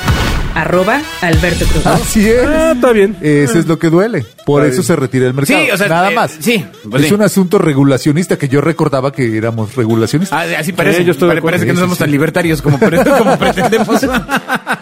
[SPEAKER 1] Arroba Alberto Cruz.
[SPEAKER 3] Así es.
[SPEAKER 4] Ah, está bien.
[SPEAKER 3] Eso es lo que duele. Por eso se retira el mercado.
[SPEAKER 2] Sí, o sea,
[SPEAKER 3] nada
[SPEAKER 2] eh,
[SPEAKER 3] más.
[SPEAKER 2] sí, pues
[SPEAKER 3] es
[SPEAKER 2] sí.
[SPEAKER 3] un asunto regulacionista que yo recordaba que éramos regulacionistas.
[SPEAKER 2] Ah, Así parece.
[SPEAKER 4] Sí, yo estoy de
[SPEAKER 2] Pare- parece
[SPEAKER 4] acuerdo.
[SPEAKER 2] que no
[SPEAKER 4] Sí,
[SPEAKER 2] somos
[SPEAKER 4] sí,
[SPEAKER 2] tan libertarios como, pre- como pretendemos.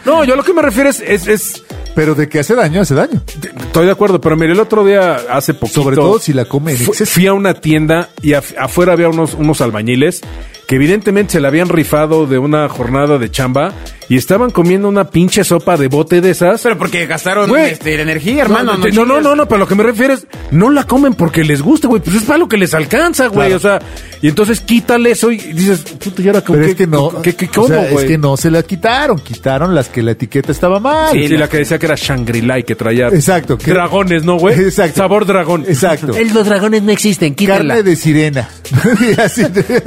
[SPEAKER 4] No, yo lo que me refiero es, es, es-
[SPEAKER 2] Ah.
[SPEAKER 3] Pero de que hace daño, hace daño.
[SPEAKER 4] Estoy de acuerdo, pero mire, el otro día, hace poquito...
[SPEAKER 3] Sobre todo si la come en
[SPEAKER 4] fu-
[SPEAKER 3] exceso.
[SPEAKER 4] Fui a una tienda y af- afuera había unos, unos albañiles que evidentemente se la habían rifado de una jornada de chamba y estaban comiendo una pinche sopa de bote de esas.
[SPEAKER 2] Pero porque gastaron
[SPEAKER 4] Güey.
[SPEAKER 2] este, la energía, hermano.
[SPEAKER 4] No, no, no,
[SPEAKER 2] chingues.
[SPEAKER 4] no, no, pero lo que me refiero es, no la comen porque les gusta, güey, pues es para lo que les alcanza, güey,
[SPEAKER 3] Claro.
[SPEAKER 4] o sea, y entonces quítale eso y dices, puta, ¿y ahora cómo?
[SPEAKER 3] Pero
[SPEAKER 4] qué-
[SPEAKER 3] es que no,
[SPEAKER 4] ¿Qué, qué-
[SPEAKER 3] o
[SPEAKER 4] cómo,
[SPEAKER 3] sea,
[SPEAKER 4] güey?
[SPEAKER 3] es que no se la quitaron, quitaron las que la etiqueta estaba mal.
[SPEAKER 4] Sí, la que decía que era Shangri-La y que traía
[SPEAKER 3] Exacto, que-
[SPEAKER 4] dragones, ¿no, güey?
[SPEAKER 3] Exacto.
[SPEAKER 4] Sabor dragón.
[SPEAKER 3] Exacto.
[SPEAKER 5] Los dragones no existen, quítala.
[SPEAKER 3] Carne de sirena. Y así de-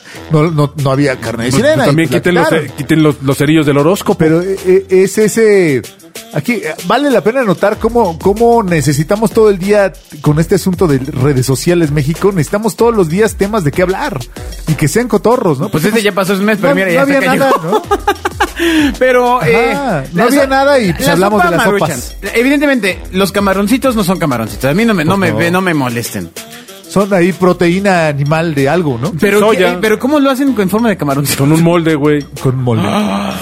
[SPEAKER 3] no, no, no había carne de
[SPEAKER 4] Pues,
[SPEAKER 3] sirena.
[SPEAKER 4] pues, también
[SPEAKER 3] y la
[SPEAKER 4] quiten, los,
[SPEAKER 3] quitaron.
[SPEAKER 4] quiten los, los cerillos del horóscopo.
[SPEAKER 3] Pero eh, eh, es ese... Aquí eh, vale la pena notar cómo, cómo necesitamos todo el día con este asunto de redes sociales México, necesitamos todos los días temas de qué hablar y que sean cotorros, ¿no?
[SPEAKER 2] Pues este ya pasó un mes, pero
[SPEAKER 3] No-
[SPEAKER 2] mira,
[SPEAKER 3] no
[SPEAKER 2] ya
[SPEAKER 3] había
[SPEAKER 2] está
[SPEAKER 3] nada,
[SPEAKER 2] cañón.
[SPEAKER 3] ¿no?
[SPEAKER 2] Pero eh,
[SPEAKER 3] Ajá, no
[SPEAKER 2] la
[SPEAKER 3] había
[SPEAKER 2] so-
[SPEAKER 3] nada y, pues,
[SPEAKER 2] la
[SPEAKER 3] hablamos
[SPEAKER 2] sopa
[SPEAKER 3] de las
[SPEAKER 2] Maruchan.
[SPEAKER 3] sopas.
[SPEAKER 2] Evidentemente, los camaroncitos no son camaroncitos. A mí no me, no me,
[SPEAKER 3] no.
[SPEAKER 2] no me molesten.
[SPEAKER 3] Son ahí proteína animal de algo, ¿no?
[SPEAKER 2] Pero,
[SPEAKER 4] Soya.
[SPEAKER 2] ¿qué- eh, pero ¿cómo lo hacen en forma de camaroncito?
[SPEAKER 4] Con un molde, güey.
[SPEAKER 3] Con molde.
[SPEAKER 2] Ah.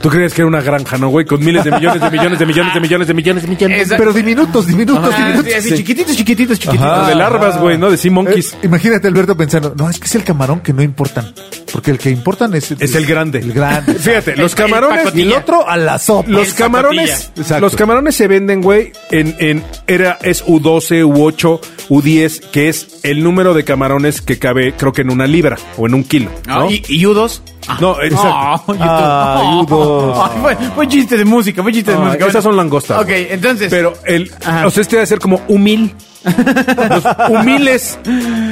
[SPEAKER 4] ¿Tú crees que era una granja, no, güey? Con miles de millones de millones de millones de millones de millones de millones.
[SPEAKER 2] Esa-
[SPEAKER 3] Pero diminutos, diminutos,
[SPEAKER 2] Ah,
[SPEAKER 3] diminutos.
[SPEAKER 2] sí, así, chiquititos, chiquititos, chiquititos.
[SPEAKER 3] Ajá.
[SPEAKER 4] de larvas, güey, ¿no? De Sea Monkeys.
[SPEAKER 3] Eh, imagínate Alberto pensando, no, es que es el camarón que no importan. Porque el que importan es,
[SPEAKER 4] Es el grande.
[SPEAKER 3] El grande.
[SPEAKER 4] Fíjate, los
[SPEAKER 2] El- el
[SPEAKER 4] camarones.
[SPEAKER 2] pacotilla.
[SPEAKER 3] Y el otro a la sopa.
[SPEAKER 4] Los
[SPEAKER 2] El
[SPEAKER 4] camarones,
[SPEAKER 2] zapatilla.
[SPEAKER 3] Exacto.
[SPEAKER 4] los camarones se venden, güey, en, en era es U12, U8, U10, que es el número de camarones que cabe, creo que en una libra o en un kilo.
[SPEAKER 2] Ah,
[SPEAKER 4] ¿no?
[SPEAKER 2] ¿Y, y U2? Ah.
[SPEAKER 4] No, exacto.
[SPEAKER 2] Oh, YouTube.
[SPEAKER 3] Ah, U2.
[SPEAKER 2] Ay, fue, fue chiste de música, fue chiste de
[SPEAKER 4] Ah,
[SPEAKER 2] música.
[SPEAKER 4] esas son langostas.
[SPEAKER 2] Ok, entonces.
[SPEAKER 4] Pero el,
[SPEAKER 2] Ajá.
[SPEAKER 4] o sea, este debe ser como humil. Los humiles.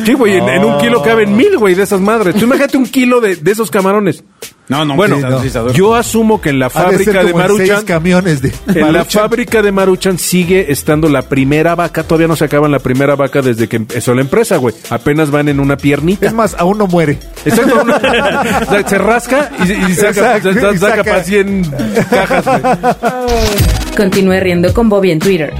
[SPEAKER 4] Sí, güey, en, en un kilo
[SPEAKER 3] Oh.
[SPEAKER 4] caben mil, güey, de esas madres. Tú imagínate un kilo de, de esos camarones.
[SPEAKER 2] No, no,
[SPEAKER 4] bueno,
[SPEAKER 2] sí, no, sí, Sador.
[SPEAKER 4] yo asumo que en la
[SPEAKER 3] Ha de ser
[SPEAKER 4] fábrica de
[SPEAKER 3] como en seis
[SPEAKER 4] Maruchan.
[SPEAKER 3] camiones de
[SPEAKER 4] En la
[SPEAKER 3] Maruchan.
[SPEAKER 4] fábrica de Maruchan sigue estando la primera vaca. Todavía no se acaban la primera vaca desde que empezó la empresa, güey. Apenas van en una piernita.
[SPEAKER 3] Es más, aún no muere.
[SPEAKER 4] Exacto. una- o sea, se rasca y, y saca,
[SPEAKER 3] Exacto,
[SPEAKER 4] sa-
[SPEAKER 3] y
[SPEAKER 4] saca
[SPEAKER 3] saca.
[SPEAKER 4] pa' 100 cajas, güey.
[SPEAKER 1] Continúe riendo con Bobby en Twitter.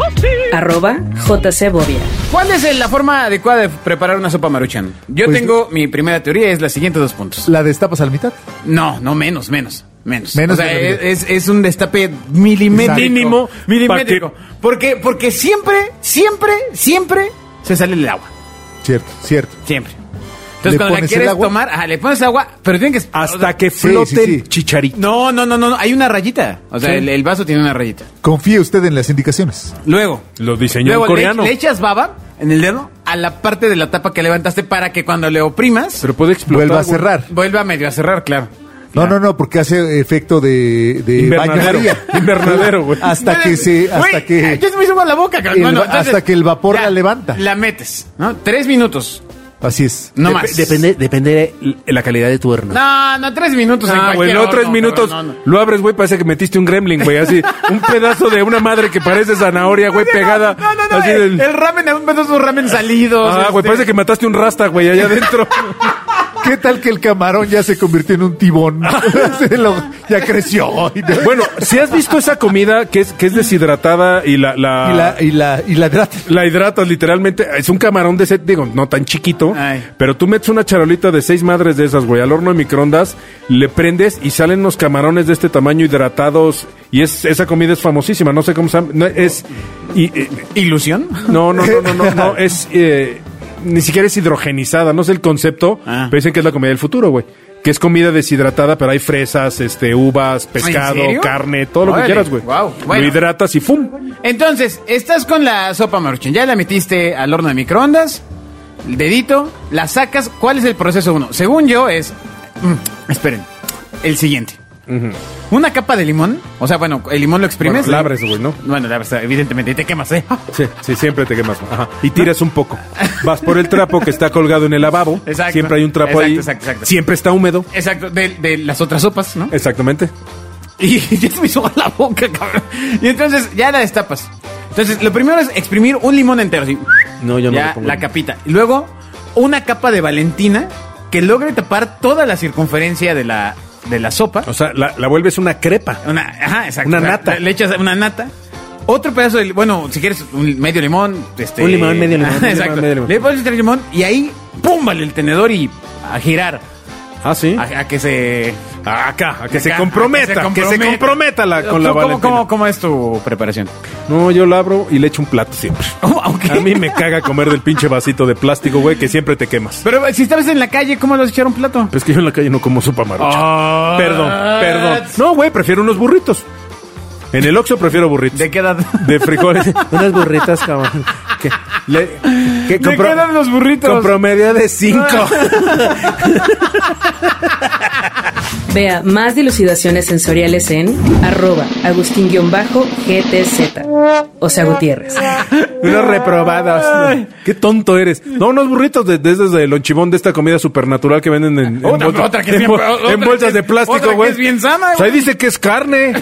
[SPEAKER 1] Arroba JC Bobia.
[SPEAKER 2] ¿Cuál es la forma adecuada de preparar una sopa maruchan? Yo
[SPEAKER 3] Pues-
[SPEAKER 2] tengo mi primera teoría, es la siguiente dos puntos.
[SPEAKER 3] La destapas a la mitad.
[SPEAKER 2] No, no, menos, menos. Menos.
[SPEAKER 3] Menos
[SPEAKER 2] o sea,
[SPEAKER 3] de la mitad.
[SPEAKER 2] es, es un destape milimétrico.
[SPEAKER 3] Exacto.
[SPEAKER 2] Mínimo, milimétrico.
[SPEAKER 4] Pa'
[SPEAKER 2] Porque, porque siempre, siempre, siempre se sale el agua.
[SPEAKER 3] Cierto, cierto.
[SPEAKER 2] Siempre. Entonces,
[SPEAKER 3] ¿Le
[SPEAKER 2] cuando la
[SPEAKER 3] pones el
[SPEAKER 2] quieres
[SPEAKER 3] agua?
[SPEAKER 2] tomar, ajá, le pones agua, pero tienen que. o sea,
[SPEAKER 4] Hasta que
[SPEAKER 3] sí,
[SPEAKER 4] floten
[SPEAKER 3] sí.
[SPEAKER 4] chicharito.
[SPEAKER 2] No, no, no, no, no, hay una rayita. O sea, el, el vaso tiene una rayita.
[SPEAKER 3] Confíe usted en las indicaciones.
[SPEAKER 2] Luego.
[SPEAKER 4] Lo diseñó
[SPEAKER 2] Luego
[SPEAKER 4] un coreano.
[SPEAKER 2] Le, le echas baba en el dedo a la parte de la tapa que levantaste para que cuando le oprimas
[SPEAKER 4] Pero puede explotar.
[SPEAKER 3] Vuelva a
[SPEAKER 4] güey.
[SPEAKER 3] cerrar.
[SPEAKER 2] vuelva medio a cerrar, claro.
[SPEAKER 3] No, no, no, porque hace efecto de, de baño
[SPEAKER 4] Invernadero.
[SPEAKER 3] María.
[SPEAKER 4] Invernadero, güey.
[SPEAKER 3] Hasta que se,
[SPEAKER 2] Güey,
[SPEAKER 3] hasta que.
[SPEAKER 2] Ya se me hizo agua la boca, cabrón.
[SPEAKER 3] El va- hasta que el vapor la levanta.
[SPEAKER 2] La metes, ¿no? Tres minutos,
[SPEAKER 3] Así es.
[SPEAKER 2] no
[SPEAKER 5] Dep-
[SPEAKER 2] más.
[SPEAKER 5] Depende, depende de la calidad de tu horno.
[SPEAKER 2] No, no, tres minutos. en
[SPEAKER 4] Ah, güey,
[SPEAKER 2] cualquier
[SPEAKER 4] luego
[SPEAKER 2] horno,
[SPEAKER 4] tres minutos
[SPEAKER 2] cabrón, no, no.
[SPEAKER 4] lo abres, güey, parece que metiste un gremlin, güey, así, un pedazo de una madre que parece zanahoria, güey,
[SPEAKER 2] No,
[SPEAKER 4] pegada.
[SPEAKER 2] No, no, no.
[SPEAKER 4] así
[SPEAKER 2] el,
[SPEAKER 4] del-
[SPEAKER 2] el ramen, aún ves esos ramen salidos.
[SPEAKER 4] Ah, güey,
[SPEAKER 2] este.
[SPEAKER 4] parece que mataste un rasta, güey, allá adentro.
[SPEAKER 3] ¿Qué tal que el camarón ya se convirtió en un tibón? Se lo- ya creció. Y,
[SPEAKER 4] bueno, si has visto esa comida que es, que es deshidratada y la, la,
[SPEAKER 3] y la, y la, y la hidrata.
[SPEAKER 4] la hidratas literalmente, es un camarón de set, digo, no tan chiquito,
[SPEAKER 2] Ay.
[SPEAKER 4] pero tú metes una charolita de seis madres de esas, güey, al horno de microondas, le prendes y salen los camarones de este tamaño hidratados y es, esa comida es famosísima, no sé cómo se llama, no, es... y- y-
[SPEAKER 2] ¿Ilusión?
[SPEAKER 4] No, no, no, no, no, no, es eh, ni siquiera es hidrogenizada, no es el concepto,
[SPEAKER 2] Ah.
[SPEAKER 4] pero dicen que es la comida del futuro, güey. Que es comida deshidratada, pero hay fresas, este, uvas, pescado,
[SPEAKER 2] serio?
[SPEAKER 4] carne, todo lo que
[SPEAKER 2] Órale,
[SPEAKER 4] quieras, güey.
[SPEAKER 2] guau, bueno.
[SPEAKER 4] Lo hidratas y ¡fum!
[SPEAKER 2] Entonces, estás con la sopa maruchan. Ya la metiste al horno de microondas. El dedito, la sacas. ¿Cuál es el proceso uno? Según yo es... mm, esperen. El siguiente. Una capa de limón. O sea, bueno, el limón lo exprimes.
[SPEAKER 4] Bueno, la abres, Ah. güey, ¿no?
[SPEAKER 2] Bueno, la abres, evidentemente. Y te quemas, ¿eh?
[SPEAKER 4] Sí, sí, siempre te quemas. Ajá. Y tiras un poco. Vas por el trapo que está colgado en el lavabo.
[SPEAKER 2] Exacto.
[SPEAKER 4] Siempre hay un trapo
[SPEAKER 2] Exacto,
[SPEAKER 4] ahí.
[SPEAKER 2] exacto, exacto.
[SPEAKER 4] Siempre está húmedo.
[SPEAKER 2] Exacto, de, de las otras sopas, ¿no?
[SPEAKER 4] Exactamente.
[SPEAKER 2] Y ya se me hizo agua la boca, cabrón. Y entonces ya la destapas. Entonces, lo primero es exprimir un limón entero, así.
[SPEAKER 5] No, yo no
[SPEAKER 2] Ya
[SPEAKER 5] le pongo
[SPEAKER 2] la
[SPEAKER 5] limón.
[SPEAKER 2] capita. Y luego, una capa de Valentina que logre tapar toda la circunferencia de la, de la sopa.
[SPEAKER 4] O sea, la, la vuelves una crepa.
[SPEAKER 2] Una, ajá, exacto.
[SPEAKER 4] Una
[SPEAKER 2] La-
[SPEAKER 4] nata.
[SPEAKER 2] Le, echas una nata. Otro pedazo de, bueno, si quieres, un medio limón. Este,
[SPEAKER 5] Un limón, medio limón,
[SPEAKER 2] Exacto.
[SPEAKER 5] medio limón, medio limón.
[SPEAKER 2] Le pones el limón y ahí, pum, vale el tenedor y a girar.
[SPEAKER 4] Ah, ¿sí?
[SPEAKER 2] A, a que se...
[SPEAKER 4] Acá, a que se
[SPEAKER 2] acá,
[SPEAKER 4] comprometa,
[SPEAKER 2] a
[SPEAKER 4] que se comprometa la- con la
[SPEAKER 2] ¿Cómo-
[SPEAKER 4] Valentina.
[SPEAKER 2] ¿Cómo, cómo es tu preparación?
[SPEAKER 4] No, yo la abro y le echo un plato siempre.
[SPEAKER 2] Ok.
[SPEAKER 4] A mí me caga comer del pinche vasito de plástico, güey, que siempre te quemas.
[SPEAKER 2] Pero si estabas en la calle, ¿cómo los echaron plato?
[SPEAKER 4] Pues que yo en la calle no como sopa marucha. Ah, Perdón, perdón. No, güey, prefiero unos burritos. En el Oxxo prefiero burritos.
[SPEAKER 2] ¿De qué edad?
[SPEAKER 4] De frijoles.
[SPEAKER 5] Unas burritas, cabrón.
[SPEAKER 4] que, le- que
[SPEAKER 2] ¿De qué edad los burritos?
[SPEAKER 4] Con promedio de 5.
[SPEAKER 1] Vea más dilucidaciones sensoriales en arroba agustín-gtz. O sea, Gutiérrez.
[SPEAKER 4] unos reprobados. Qué tonto eres. No, unos burritos de, de esos de lonchibón de esta comida supernatural que venden en, en
[SPEAKER 2] Otra-
[SPEAKER 4] bolsa-
[SPEAKER 2] otra que
[SPEAKER 4] en
[SPEAKER 2] siempre-
[SPEAKER 4] bol-
[SPEAKER 2] otra
[SPEAKER 4] en bolsas
[SPEAKER 2] que-
[SPEAKER 4] de
[SPEAKER 2] otra
[SPEAKER 4] plástico,
[SPEAKER 2] que
[SPEAKER 4] güey.
[SPEAKER 2] es bien sana, güey.
[SPEAKER 4] O sea, ahí dice que es carne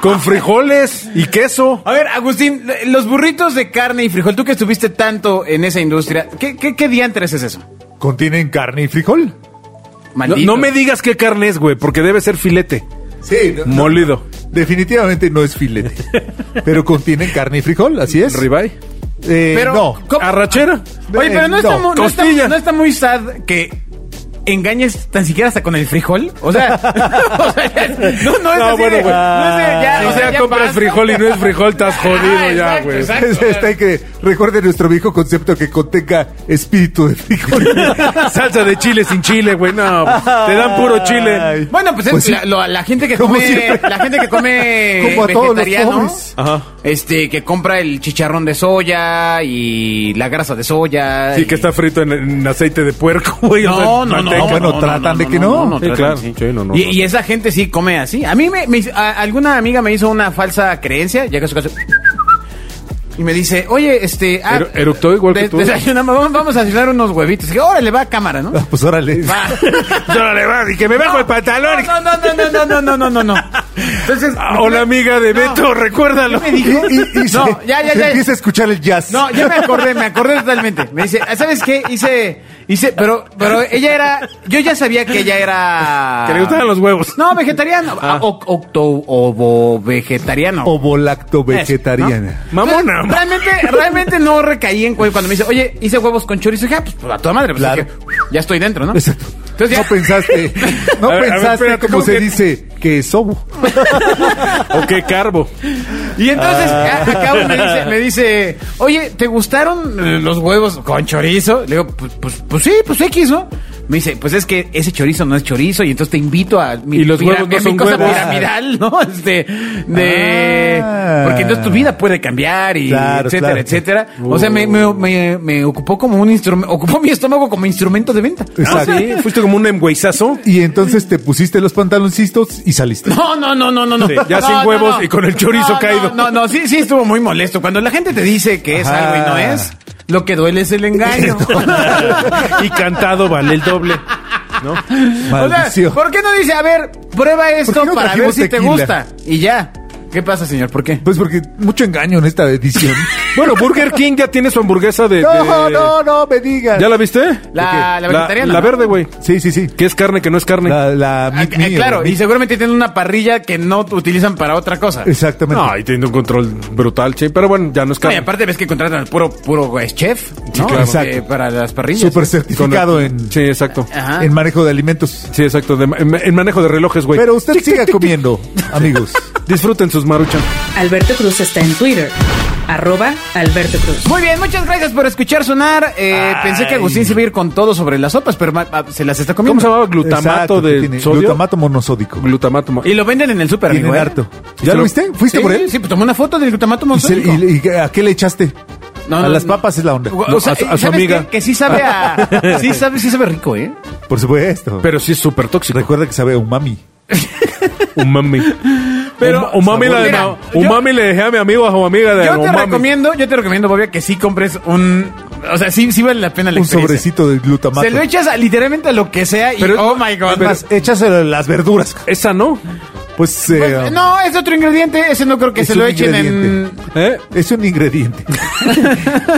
[SPEAKER 4] con frijoles y queso.
[SPEAKER 2] A ver, Agustín, los burritos de carne y frijol, tú que estuviste tanto en esa industria, ¿qué, qué, qué diantres es eso?
[SPEAKER 3] ¿Contienen carne y frijol?
[SPEAKER 4] No,
[SPEAKER 2] Maldito.
[SPEAKER 4] no me digas qué carne es, güey, porque debe ser filete.
[SPEAKER 3] Sí. no-
[SPEAKER 4] Molido.
[SPEAKER 3] Definitivamente no es filete. pero contienen carne y frijol, así es.
[SPEAKER 4] Ribeye.
[SPEAKER 3] Eh,
[SPEAKER 2] Pero-
[SPEAKER 3] no.
[SPEAKER 2] ¿Cómo?
[SPEAKER 4] Arrachera.
[SPEAKER 2] Oye, pero no,
[SPEAKER 3] Eh,
[SPEAKER 2] está,
[SPEAKER 3] no,
[SPEAKER 2] mu- no está-
[SPEAKER 4] costilla.
[SPEAKER 2] no está muy sad que engañes tan siquiera hasta con el frijol. O sea, o sea, ya es- no, no es así de-
[SPEAKER 4] güey.
[SPEAKER 2] no es de ya,
[SPEAKER 4] si
[SPEAKER 2] o sea,
[SPEAKER 4] ya
[SPEAKER 2] ya
[SPEAKER 4] compras
[SPEAKER 2] basta.
[SPEAKER 4] frijol y no es frijol, estás jodido
[SPEAKER 2] Ah,
[SPEAKER 4] ya,
[SPEAKER 2] exacto,
[SPEAKER 4] güey.
[SPEAKER 2] exacto.
[SPEAKER 3] Está que recuerde nuestro viejo concepto que contenga espíritu de frijol. Ah,
[SPEAKER 4] Salsa de chile sin chile, güey. No, te dan puro chile.
[SPEAKER 3] Ay.
[SPEAKER 2] Bueno, pues, es
[SPEAKER 3] Pues sí.
[SPEAKER 2] la, lo- la gente que
[SPEAKER 3] Como
[SPEAKER 2] come,
[SPEAKER 3] siempre.
[SPEAKER 2] la gente que come
[SPEAKER 3] Como a todos los
[SPEAKER 2] vegetariano,
[SPEAKER 3] pobres.
[SPEAKER 4] Ajá.
[SPEAKER 2] este, que compra el chicharrón de soya y la grasa de soya.
[SPEAKER 4] Sí,
[SPEAKER 2] y-
[SPEAKER 4] que está frito en, en aceite de puerco, güey. o sea,
[SPEAKER 2] No, no, no,
[SPEAKER 4] manteca.
[SPEAKER 3] bueno, tratan de que no.
[SPEAKER 4] Sí,
[SPEAKER 2] tratan,
[SPEAKER 4] claro.
[SPEAKER 2] sí.
[SPEAKER 4] Sí, no, no,
[SPEAKER 2] y,
[SPEAKER 4] no.
[SPEAKER 2] y esa gente sí come así. A mí me, me hizo- a- alguna amiga me hizo una falsa creencia, ya que a su caso. Y me dice, oye, este. Ah,
[SPEAKER 4] Eru- eructó igual que
[SPEAKER 2] de-
[SPEAKER 4] tú.
[SPEAKER 2] desayunamos, vamos, vamos a desayunar unos huevitos. Y dije, órale, va a cámara, ¿no?
[SPEAKER 3] Ah, pues órale.
[SPEAKER 4] Órale, va, y que me bajo el pantalón.
[SPEAKER 2] No, no, no, no, no, no, no, no, no, no. Entonces.
[SPEAKER 4] Ah, Hola, amiga de
[SPEAKER 2] No.
[SPEAKER 4] Beto, recuérdalo.
[SPEAKER 2] ¿Qué me dijo?
[SPEAKER 3] Y, y- y se-
[SPEAKER 2] No, ya, ya,
[SPEAKER 3] se
[SPEAKER 2] ya.
[SPEAKER 3] empieza a escuchar el jazz.
[SPEAKER 2] No, ya me acordé, me acordé totalmente. Me dice, "Ah, ¿sabes qué? Hice, hice, pero, pero ella era, yo ya sabía que ella era.
[SPEAKER 4] Que le gustaban los huevos.
[SPEAKER 2] No, vegetariano. Ah, o- octo- ovo vegetariano.
[SPEAKER 3] Ovolacto vegetariana.
[SPEAKER 2] Eso, ¿no?
[SPEAKER 4] Mamona.
[SPEAKER 2] Entonces, Realmente, realmente no recaí en cu- cuando me dice, oye, hice huevos con chorizo. Dije, ah, pues, pues, a toda madre, pues,
[SPEAKER 3] Claro.
[SPEAKER 2] dije, ya estoy dentro, ¿no?
[SPEAKER 3] Exacto.
[SPEAKER 2] Entonces ya-
[SPEAKER 3] No pensaste, no
[SPEAKER 4] A ver, a ver,
[SPEAKER 3] pensaste
[SPEAKER 4] espérate,
[SPEAKER 3] como
[SPEAKER 4] ¿cómo
[SPEAKER 3] se
[SPEAKER 4] que-
[SPEAKER 3] dice que es obo.
[SPEAKER 4] ¿O qué carbo?
[SPEAKER 2] Y entonces
[SPEAKER 4] Ah.
[SPEAKER 2] ah, a- acabo y me dice, me dice, oye, ¿te gustaron eh, los huevos con chorizo? Le digo, pues, pues, pues sí, pues X, ¿no? Me dice, pues es que ese chorizo no es chorizo y entonces te invito a mi,
[SPEAKER 4] Y los
[SPEAKER 2] mira-
[SPEAKER 4] huevos no
[SPEAKER 2] a mi
[SPEAKER 4] son
[SPEAKER 2] cosa
[SPEAKER 4] huevos.
[SPEAKER 2] piramidal, ¿no? Este, de...
[SPEAKER 3] Ah.
[SPEAKER 2] Porque entonces tu vida puede cambiar y
[SPEAKER 3] Claro,
[SPEAKER 2] etcétera,
[SPEAKER 3] claro.
[SPEAKER 2] etcétera. O sea, me, me,
[SPEAKER 4] Uh.
[SPEAKER 2] me- me ocupó como un instrumento, ocupó mi estómago como instrumento de venta.
[SPEAKER 4] Ah,
[SPEAKER 3] Exacto.
[SPEAKER 4] sí, Fuiste como un emgüeizazo.
[SPEAKER 3] Y entonces te pusiste los pantaloncitos y saliste.
[SPEAKER 2] No, no, no, no, no, no.
[SPEAKER 4] Sí, ya
[SPEAKER 2] No,
[SPEAKER 4] sin
[SPEAKER 2] no,
[SPEAKER 4] huevos
[SPEAKER 2] no.
[SPEAKER 4] y con el chorizo
[SPEAKER 2] No, no,
[SPEAKER 4] caído.
[SPEAKER 2] No, no, sí, sí estuvo muy molesto. Cuando la gente te dice que es
[SPEAKER 3] Ajá.
[SPEAKER 2] algo y no es, lo que duele es el engaño.
[SPEAKER 4] y cantado vale el doble. ¿No?
[SPEAKER 2] o sea,
[SPEAKER 3] Maldición.
[SPEAKER 2] ¿por qué no dice, a ver, prueba esto
[SPEAKER 3] qué no
[SPEAKER 2] para ver
[SPEAKER 3] trajimos
[SPEAKER 2] si te
[SPEAKER 3] tequila?
[SPEAKER 2] gusta? Y ya. ¿Qué pasa, señor? ¿Por qué?
[SPEAKER 3] Pues porque mucho engaño en esta edición.
[SPEAKER 4] Bueno, Burger King ya tiene su hamburguesa de.
[SPEAKER 3] no,
[SPEAKER 4] de-
[SPEAKER 3] no, no me digas.
[SPEAKER 4] ¿Ya la viste?
[SPEAKER 2] La- la
[SPEAKER 4] ¿De qué?
[SPEAKER 2] vegetariana,
[SPEAKER 4] La
[SPEAKER 2] ¿no?
[SPEAKER 4] verde, güey.
[SPEAKER 3] Sí, sí, sí.
[SPEAKER 4] Que es carne, que no es carne.
[SPEAKER 3] La, la
[SPEAKER 2] Ah,
[SPEAKER 3] Meet
[SPEAKER 2] ah,
[SPEAKER 3] Me,
[SPEAKER 2] claro,
[SPEAKER 3] o
[SPEAKER 2] y
[SPEAKER 3] Meet-
[SPEAKER 2] seguramente tienen una parrilla que no utilizan para otra cosa.
[SPEAKER 3] Exactamente.
[SPEAKER 4] No, y tiene un control brutal, che. Pero bueno, ya no es
[SPEAKER 2] No, y
[SPEAKER 4] carne.
[SPEAKER 2] aparte ves que contratan al puro, puro eh, chef, ¿no?
[SPEAKER 3] claro.
[SPEAKER 2] Este,
[SPEAKER 3] Exacto.
[SPEAKER 2] Para las parrillas.
[SPEAKER 3] Súper
[SPEAKER 4] Con-
[SPEAKER 3] certificado en,
[SPEAKER 4] Sí, exacto.
[SPEAKER 2] Ajá.
[SPEAKER 3] en manejo de alimentos.
[SPEAKER 4] Sí, exacto. de ma- en, en manejo de relojes, güey.
[SPEAKER 3] Pero usted siga comiendo, amigos.
[SPEAKER 4] Disfruten sus maruchan.
[SPEAKER 1] Alberto Cruz está en Twitter. Arroba Alberto Cruz.
[SPEAKER 2] Muy bien, muchas gracias por escuchar sonar. Eh, pensé que Agustín se iba a ir con todo sobre las sopas, pero ma- ah, se las está
[SPEAKER 4] ¿Cómo
[SPEAKER 2] comiendo.
[SPEAKER 4] se llamaba? Glutamato
[SPEAKER 3] Exacto, que
[SPEAKER 4] de
[SPEAKER 3] tiene
[SPEAKER 4] sodio.
[SPEAKER 3] Glutamato monosódico.
[SPEAKER 4] Glutamato. mo-
[SPEAKER 2] Y lo venden en el súper,
[SPEAKER 3] Tienen
[SPEAKER 2] amigo, ¿eh?
[SPEAKER 3] harto. ¿Ya
[SPEAKER 4] ¿Y se
[SPEAKER 3] lo
[SPEAKER 4] lo-
[SPEAKER 3] viste? ¿Fuiste
[SPEAKER 2] Sí,
[SPEAKER 3] por él?
[SPEAKER 2] Sí, pues tomé una foto del glutamato
[SPEAKER 3] ¿Y, se-
[SPEAKER 2] monosódico.
[SPEAKER 3] y- y- a qué le echaste?
[SPEAKER 2] No,
[SPEAKER 3] a
[SPEAKER 2] no,
[SPEAKER 3] las
[SPEAKER 2] no.
[SPEAKER 3] papas es la onda.
[SPEAKER 2] O sea,
[SPEAKER 4] a su- a su
[SPEAKER 2] ¿sabes
[SPEAKER 4] amiga.
[SPEAKER 2] qué? Que sí sabe a... Sí sabe, sí sabe rico, ¿eh?
[SPEAKER 3] Por supuesto.
[SPEAKER 4] Pero sí es súper tóxico.
[SPEAKER 3] Recuerda que sabe a umami.
[SPEAKER 4] Umami.
[SPEAKER 2] Pero-
[SPEAKER 4] Pero, umami, la de
[SPEAKER 2] Mira,
[SPEAKER 4] ma-
[SPEAKER 2] yo-
[SPEAKER 4] umami le dejé a mi amigo o amiga de
[SPEAKER 2] Yo te
[SPEAKER 4] umami.
[SPEAKER 2] recomiendo, yo te recomiendo, Bobia, que sí compres un... O sea, sí, sí vale la pena la
[SPEAKER 3] Un
[SPEAKER 2] experiencia.
[SPEAKER 3] sobrecito de glutamato.
[SPEAKER 2] Se lo echas a- literalmente a lo que sea y...
[SPEAKER 4] Pero-
[SPEAKER 2] oh, my God.
[SPEAKER 3] Además, échaselo en las verduras.
[SPEAKER 4] Esa no.
[SPEAKER 3] Pues, eh,
[SPEAKER 2] Pues, no, es otro ingrediente. Ese no creo que
[SPEAKER 3] Es
[SPEAKER 2] se lo
[SPEAKER 3] un
[SPEAKER 2] echen en...
[SPEAKER 3] ingrediente.
[SPEAKER 4] ¿Eh?
[SPEAKER 3] es un ingrediente.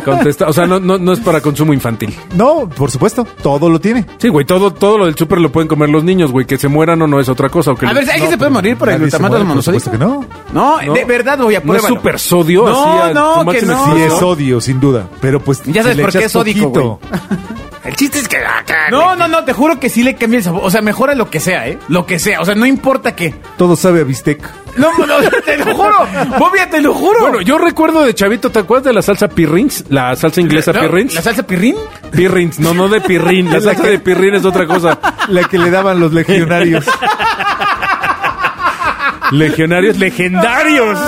[SPEAKER 4] Contesta. O sea, no, no, no es para consumo infantil.
[SPEAKER 3] No, por supuesto, todo lo tiene.
[SPEAKER 4] Sí, güey. Todo, todo lo del súper lo pueden comer los niños, güey. Que se mueran o no es otra cosa. O que
[SPEAKER 2] A
[SPEAKER 4] les-
[SPEAKER 2] ver, eh, ¿alguien
[SPEAKER 3] No,
[SPEAKER 2] se puede
[SPEAKER 3] pero
[SPEAKER 2] morir por el
[SPEAKER 3] nadie se
[SPEAKER 2] glutamato
[SPEAKER 3] muere, por
[SPEAKER 2] monosódico?
[SPEAKER 3] supuesto que no.
[SPEAKER 2] no.
[SPEAKER 4] No.
[SPEAKER 2] de verdad, Bobia,
[SPEAKER 4] No es
[SPEAKER 2] pruébalo.
[SPEAKER 4] súper sodio.
[SPEAKER 2] No,
[SPEAKER 4] así a
[SPEAKER 2] no,
[SPEAKER 4] su
[SPEAKER 2] que
[SPEAKER 4] máxima
[SPEAKER 2] no.
[SPEAKER 3] Sí,
[SPEAKER 4] expresión.
[SPEAKER 3] es odio, sin duda. Pero pues.
[SPEAKER 2] Ya sabes
[SPEAKER 3] si le
[SPEAKER 2] por qué
[SPEAKER 3] echas
[SPEAKER 2] es sódico,
[SPEAKER 3] poquito,
[SPEAKER 5] El chiste es que acá.
[SPEAKER 2] No, no, no, te juro que sí le cambia el sabor. O sea, mejora lo que sea, ¿eh? Lo que sea. O sea, no importa qué.
[SPEAKER 3] Todo sabe a bistec.
[SPEAKER 2] No, no, te lo juro. Bobia, te lo juro.
[SPEAKER 4] Bueno, yo recuerdo de Chavito, ¿te acuerdas de la salsa Pirrins? La salsa inglesa
[SPEAKER 2] No,
[SPEAKER 4] Pirrins.
[SPEAKER 2] ¿La salsa pirrín?
[SPEAKER 4] Pirrins, no, no de Pirrin. La salsa de Pirrin es otra cosa.
[SPEAKER 3] La que le daban los legionarios.
[SPEAKER 4] Legionarios legendarios.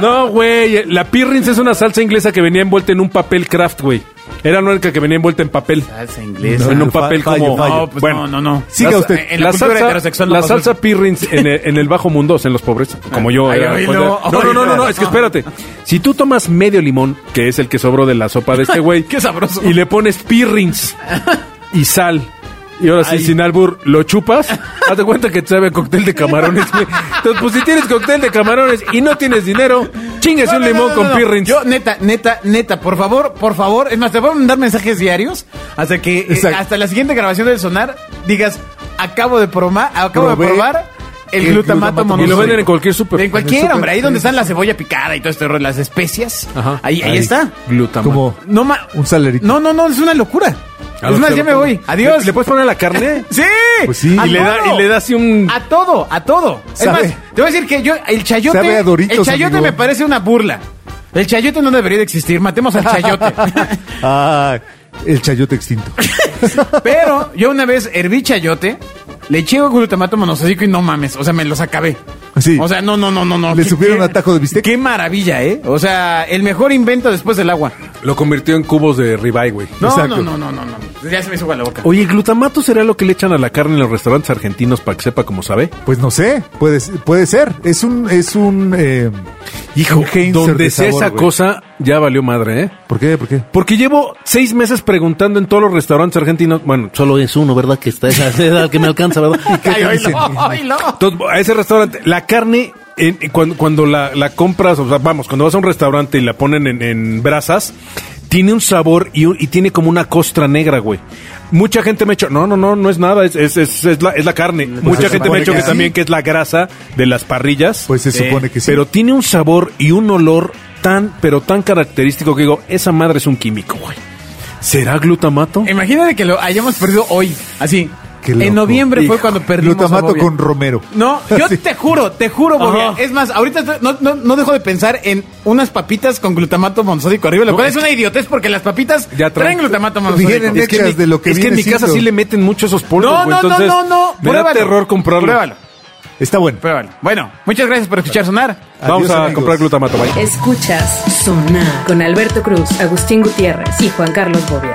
[SPEAKER 4] No, güey. La Pirrins es una salsa inglesa que venía envuelta en un papel craft, güey. Era la única que venía envuelta en papel.
[SPEAKER 2] Salsa inglesa.
[SPEAKER 4] en
[SPEAKER 3] No,
[SPEAKER 4] un
[SPEAKER 3] fa-
[SPEAKER 4] papel
[SPEAKER 3] fallo,
[SPEAKER 4] como.
[SPEAKER 3] fallo.
[SPEAKER 2] No, pues
[SPEAKER 4] bueno,
[SPEAKER 2] no, no, no.
[SPEAKER 3] Siga
[SPEAKER 2] Las-
[SPEAKER 3] usted.
[SPEAKER 2] En la, cultura heterosexual no
[SPEAKER 4] la
[SPEAKER 2] pasó
[SPEAKER 4] salsa
[SPEAKER 2] eso.
[SPEAKER 4] Pirrins en el, en el bajo mundo, en los pobres, como yo.
[SPEAKER 2] Ay,
[SPEAKER 4] era-
[SPEAKER 2] ay,
[SPEAKER 4] cuando-
[SPEAKER 2] no,
[SPEAKER 4] no, no, no, no, no, es que espérate. Si tú tomas medio limón, que es el que sobró de la sopa de este güey,
[SPEAKER 2] Qué sabroso.
[SPEAKER 4] y le pones Pirrins y sal, y ahora sí, sin albur, lo chupas, hazte cuenta que te sabe a cóctel de camarones. güey. Entonces, pues si tienes cóctel de camarones y no tienes dinero, chingues
[SPEAKER 2] No,
[SPEAKER 4] un
[SPEAKER 2] no,
[SPEAKER 4] limón
[SPEAKER 2] no,
[SPEAKER 4] con
[SPEAKER 2] no, no.
[SPEAKER 4] Pirrins.
[SPEAKER 2] Yo, neta, neta, neta, por favor, por favor. Es más, te voy a mandar mensajes diarios hasta que eh,
[SPEAKER 3] Exacto.
[SPEAKER 2] hasta la siguiente grabación del sonar digas, acabo de probar, acabo
[SPEAKER 3] Probé
[SPEAKER 2] de probar el,
[SPEAKER 3] el
[SPEAKER 2] glutamato
[SPEAKER 3] glutamato
[SPEAKER 4] y lo
[SPEAKER 2] monosódico.
[SPEAKER 4] venden en cualquier
[SPEAKER 2] En
[SPEAKER 4] super.
[SPEAKER 3] En el
[SPEAKER 2] cualquier,
[SPEAKER 3] súper,
[SPEAKER 2] hombre, ahí
[SPEAKER 3] sí,
[SPEAKER 2] donde
[SPEAKER 3] sí,
[SPEAKER 2] están la cebolla picada y todo este rollo, las especias.
[SPEAKER 4] Ajá.
[SPEAKER 2] Ahí, ahí está.
[SPEAKER 4] Glutamato.
[SPEAKER 3] Como
[SPEAKER 2] No ma-
[SPEAKER 3] un salerito.
[SPEAKER 2] No, no, no, es una locura.
[SPEAKER 4] A
[SPEAKER 2] es
[SPEAKER 4] ver,
[SPEAKER 2] más,
[SPEAKER 4] se
[SPEAKER 2] ya
[SPEAKER 4] lo
[SPEAKER 2] me
[SPEAKER 4] pongo.
[SPEAKER 2] voy. Adiós.
[SPEAKER 4] ¿Le, le puedes poner la carne?
[SPEAKER 2] Sí.
[SPEAKER 3] Pues sí.
[SPEAKER 2] a
[SPEAKER 4] Y le, da,
[SPEAKER 2] todo.
[SPEAKER 4] y le da así un...
[SPEAKER 2] A todo, a todo.
[SPEAKER 3] Sabe.
[SPEAKER 2] Es más, te voy a decir que yo, el chayote.
[SPEAKER 3] Sabe a Doritos,
[SPEAKER 2] el chayote
[SPEAKER 3] amigo.
[SPEAKER 2] me parece una burla. El chayote no debería de existir, matemos al chayote.
[SPEAKER 3] Ah, el chayote extinto.
[SPEAKER 2] Pero yo una vez herví chayote, le eché glutamato monosódico y no mames, o sea, me los acabé.
[SPEAKER 3] Sí.
[SPEAKER 2] O sea, no, no, no, no, no.
[SPEAKER 3] Le
[SPEAKER 2] Qué-
[SPEAKER 3] supieron
[SPEAKER 2] qué-
[SPEAKER 3] a taco de bistec.
[SPEAKER 2] Qué maravilla, ¿eh? O sea, el mejor invento después del agua.
[SPEAKER 4] Lo convirtió en cubos de ribeye, güey.
[SPEAKER 2] No,
[SPEAKER 3] Exacto.
[SPEAKER 2] no, no, no, no, no. Ya se me hizo agua la boca.
[SPEAKER 4] Oye, ¿el glutamato será lo que le echan a la carne en los restaurantes argentinos para que sepa como sabe?
[SPEAKER 3] Pues no sé, puede, puede ser. Es un, es un eh, un enhancer
[SPEAKER 4] donde
[SPEAKER 3] de
[SPEAKER 4] sea
[SPEAKER 3] sabor,
[SPEAKER 4] esa
[SPEAKER 3] güey.
[SPEAKER 4] cosa, ya valió madre, ¿eh?
[SPEAKER 3] ¿Por qué? ¿Por qué?
[SPEAKER 4] Porque llevo seis meses preguntando en todos los restaurantes argentinos. Bueno,
[SPEAKER 5] Solo es uno, ¿verdad? Que está esa edad que me alcanza, ¿verdad?
[SPEAKER 2] Ay,
[SPEAKER 3] dicen?
[SPEAKER 2] oílo, oílo.
[SPEAKER 4] Entonces, a ese restaurante, la carne, en- en- cuando, cuando la, la compras, o sea, vamos, cuando vas a un restaurante y la ponen en, en brasas, tiene un sabor y, un- y tiene como una costra negra, güey. Mucha gente me ha dicho, no, no, no, no es nada, es, es, es, es la, es la carne. Mucha
[SPEAKER 3] Pues se
[SPEAKER 4] gente me ha
[SPEAKER 3] supone
[SPEAKER 4] dicho que,
[SPEAKER 3] que sí.
[SPEAKER 4] también que es la grasa de las parrillas.
[SPEAKER 3] Pues se supone que sí.
[SPEAKER 4] Pero tiene un sabor y un olor tan, pero tan característico que digo, esa madre es un químico, güey. ¿Será glutamato?
[SPEAKER 2] Imagínate que lo hayamos perdido hoy, así.
[SPEAKER 3] Qué loco.
[SPEAKER 2] En noviembre fue
[SPEAKER 4] Hijo,
[SPEAKER 2] cuando perdimos. a
[SPEAKER 3] glutamato
[SPEAKER 2] Bobia.
[SPEAKER 3] con romero.
[SPEAKER 2] No, yo
[SPEAKER 3] Sí.
[SPEAKER 2] te juro, te juro, Bobia.
[SPEAKER 4] Ajá.
[SPEAKER 2] Es más, ahorita estoy- no, no, no dejo de pensar en unas papitas con glutamato monosódico arriba, lo cual es una idiotez porque las papitas
[SPEAKER 4] Ya
[SPEAKER 2] traen,
[SPEAKER 4] traen.
[SPEAKER 2] glutamato
[SPEAKER 3] Vienen
[SPEAKER 2] monosódico.
[SPEAKER 4] Es que, en
[SPEAKER 3] Mechas
[SPEAKER 4] mi-
[SPEAKER 3] de lo que
[SPEAKER 4] es que en mi
[SPEAKER 3] viene
[SPEAKER 4] casa
[SPEAKER 3] siendo.
[SPEAKER 4] sí le meten mucho esos polvos,
[SPEAKER 2] No,
[SPEAKER 4] güey,
[SPEAKER 2] no, no,
[SPEAKER 4] entonces
[SPEAKER 2] no, no.
[SPEAKER 4] me da
[SPEAKER 2] Pruébalo.
[SPEAKER 4] terror comprarlo.
[SPEAKER 2] Pruébalo,
[SPEAKER 3] Está bueno.
[SPEAKER 2] pruébalo. Bueno, muchas gracias por escuchar sonar.
[SPEAKER 4] Vamos
[SPEAKER 3] Adiós,
[SPEAKER 4] a
[SPEAKER 3] amigos.
[SPEAKER 4] comprar glutamato, bye.
[SPEAKER 1] Escuchas Sonar con Alberto Cruz, Agustín Gutiérrez y Juan Carlos Bobia.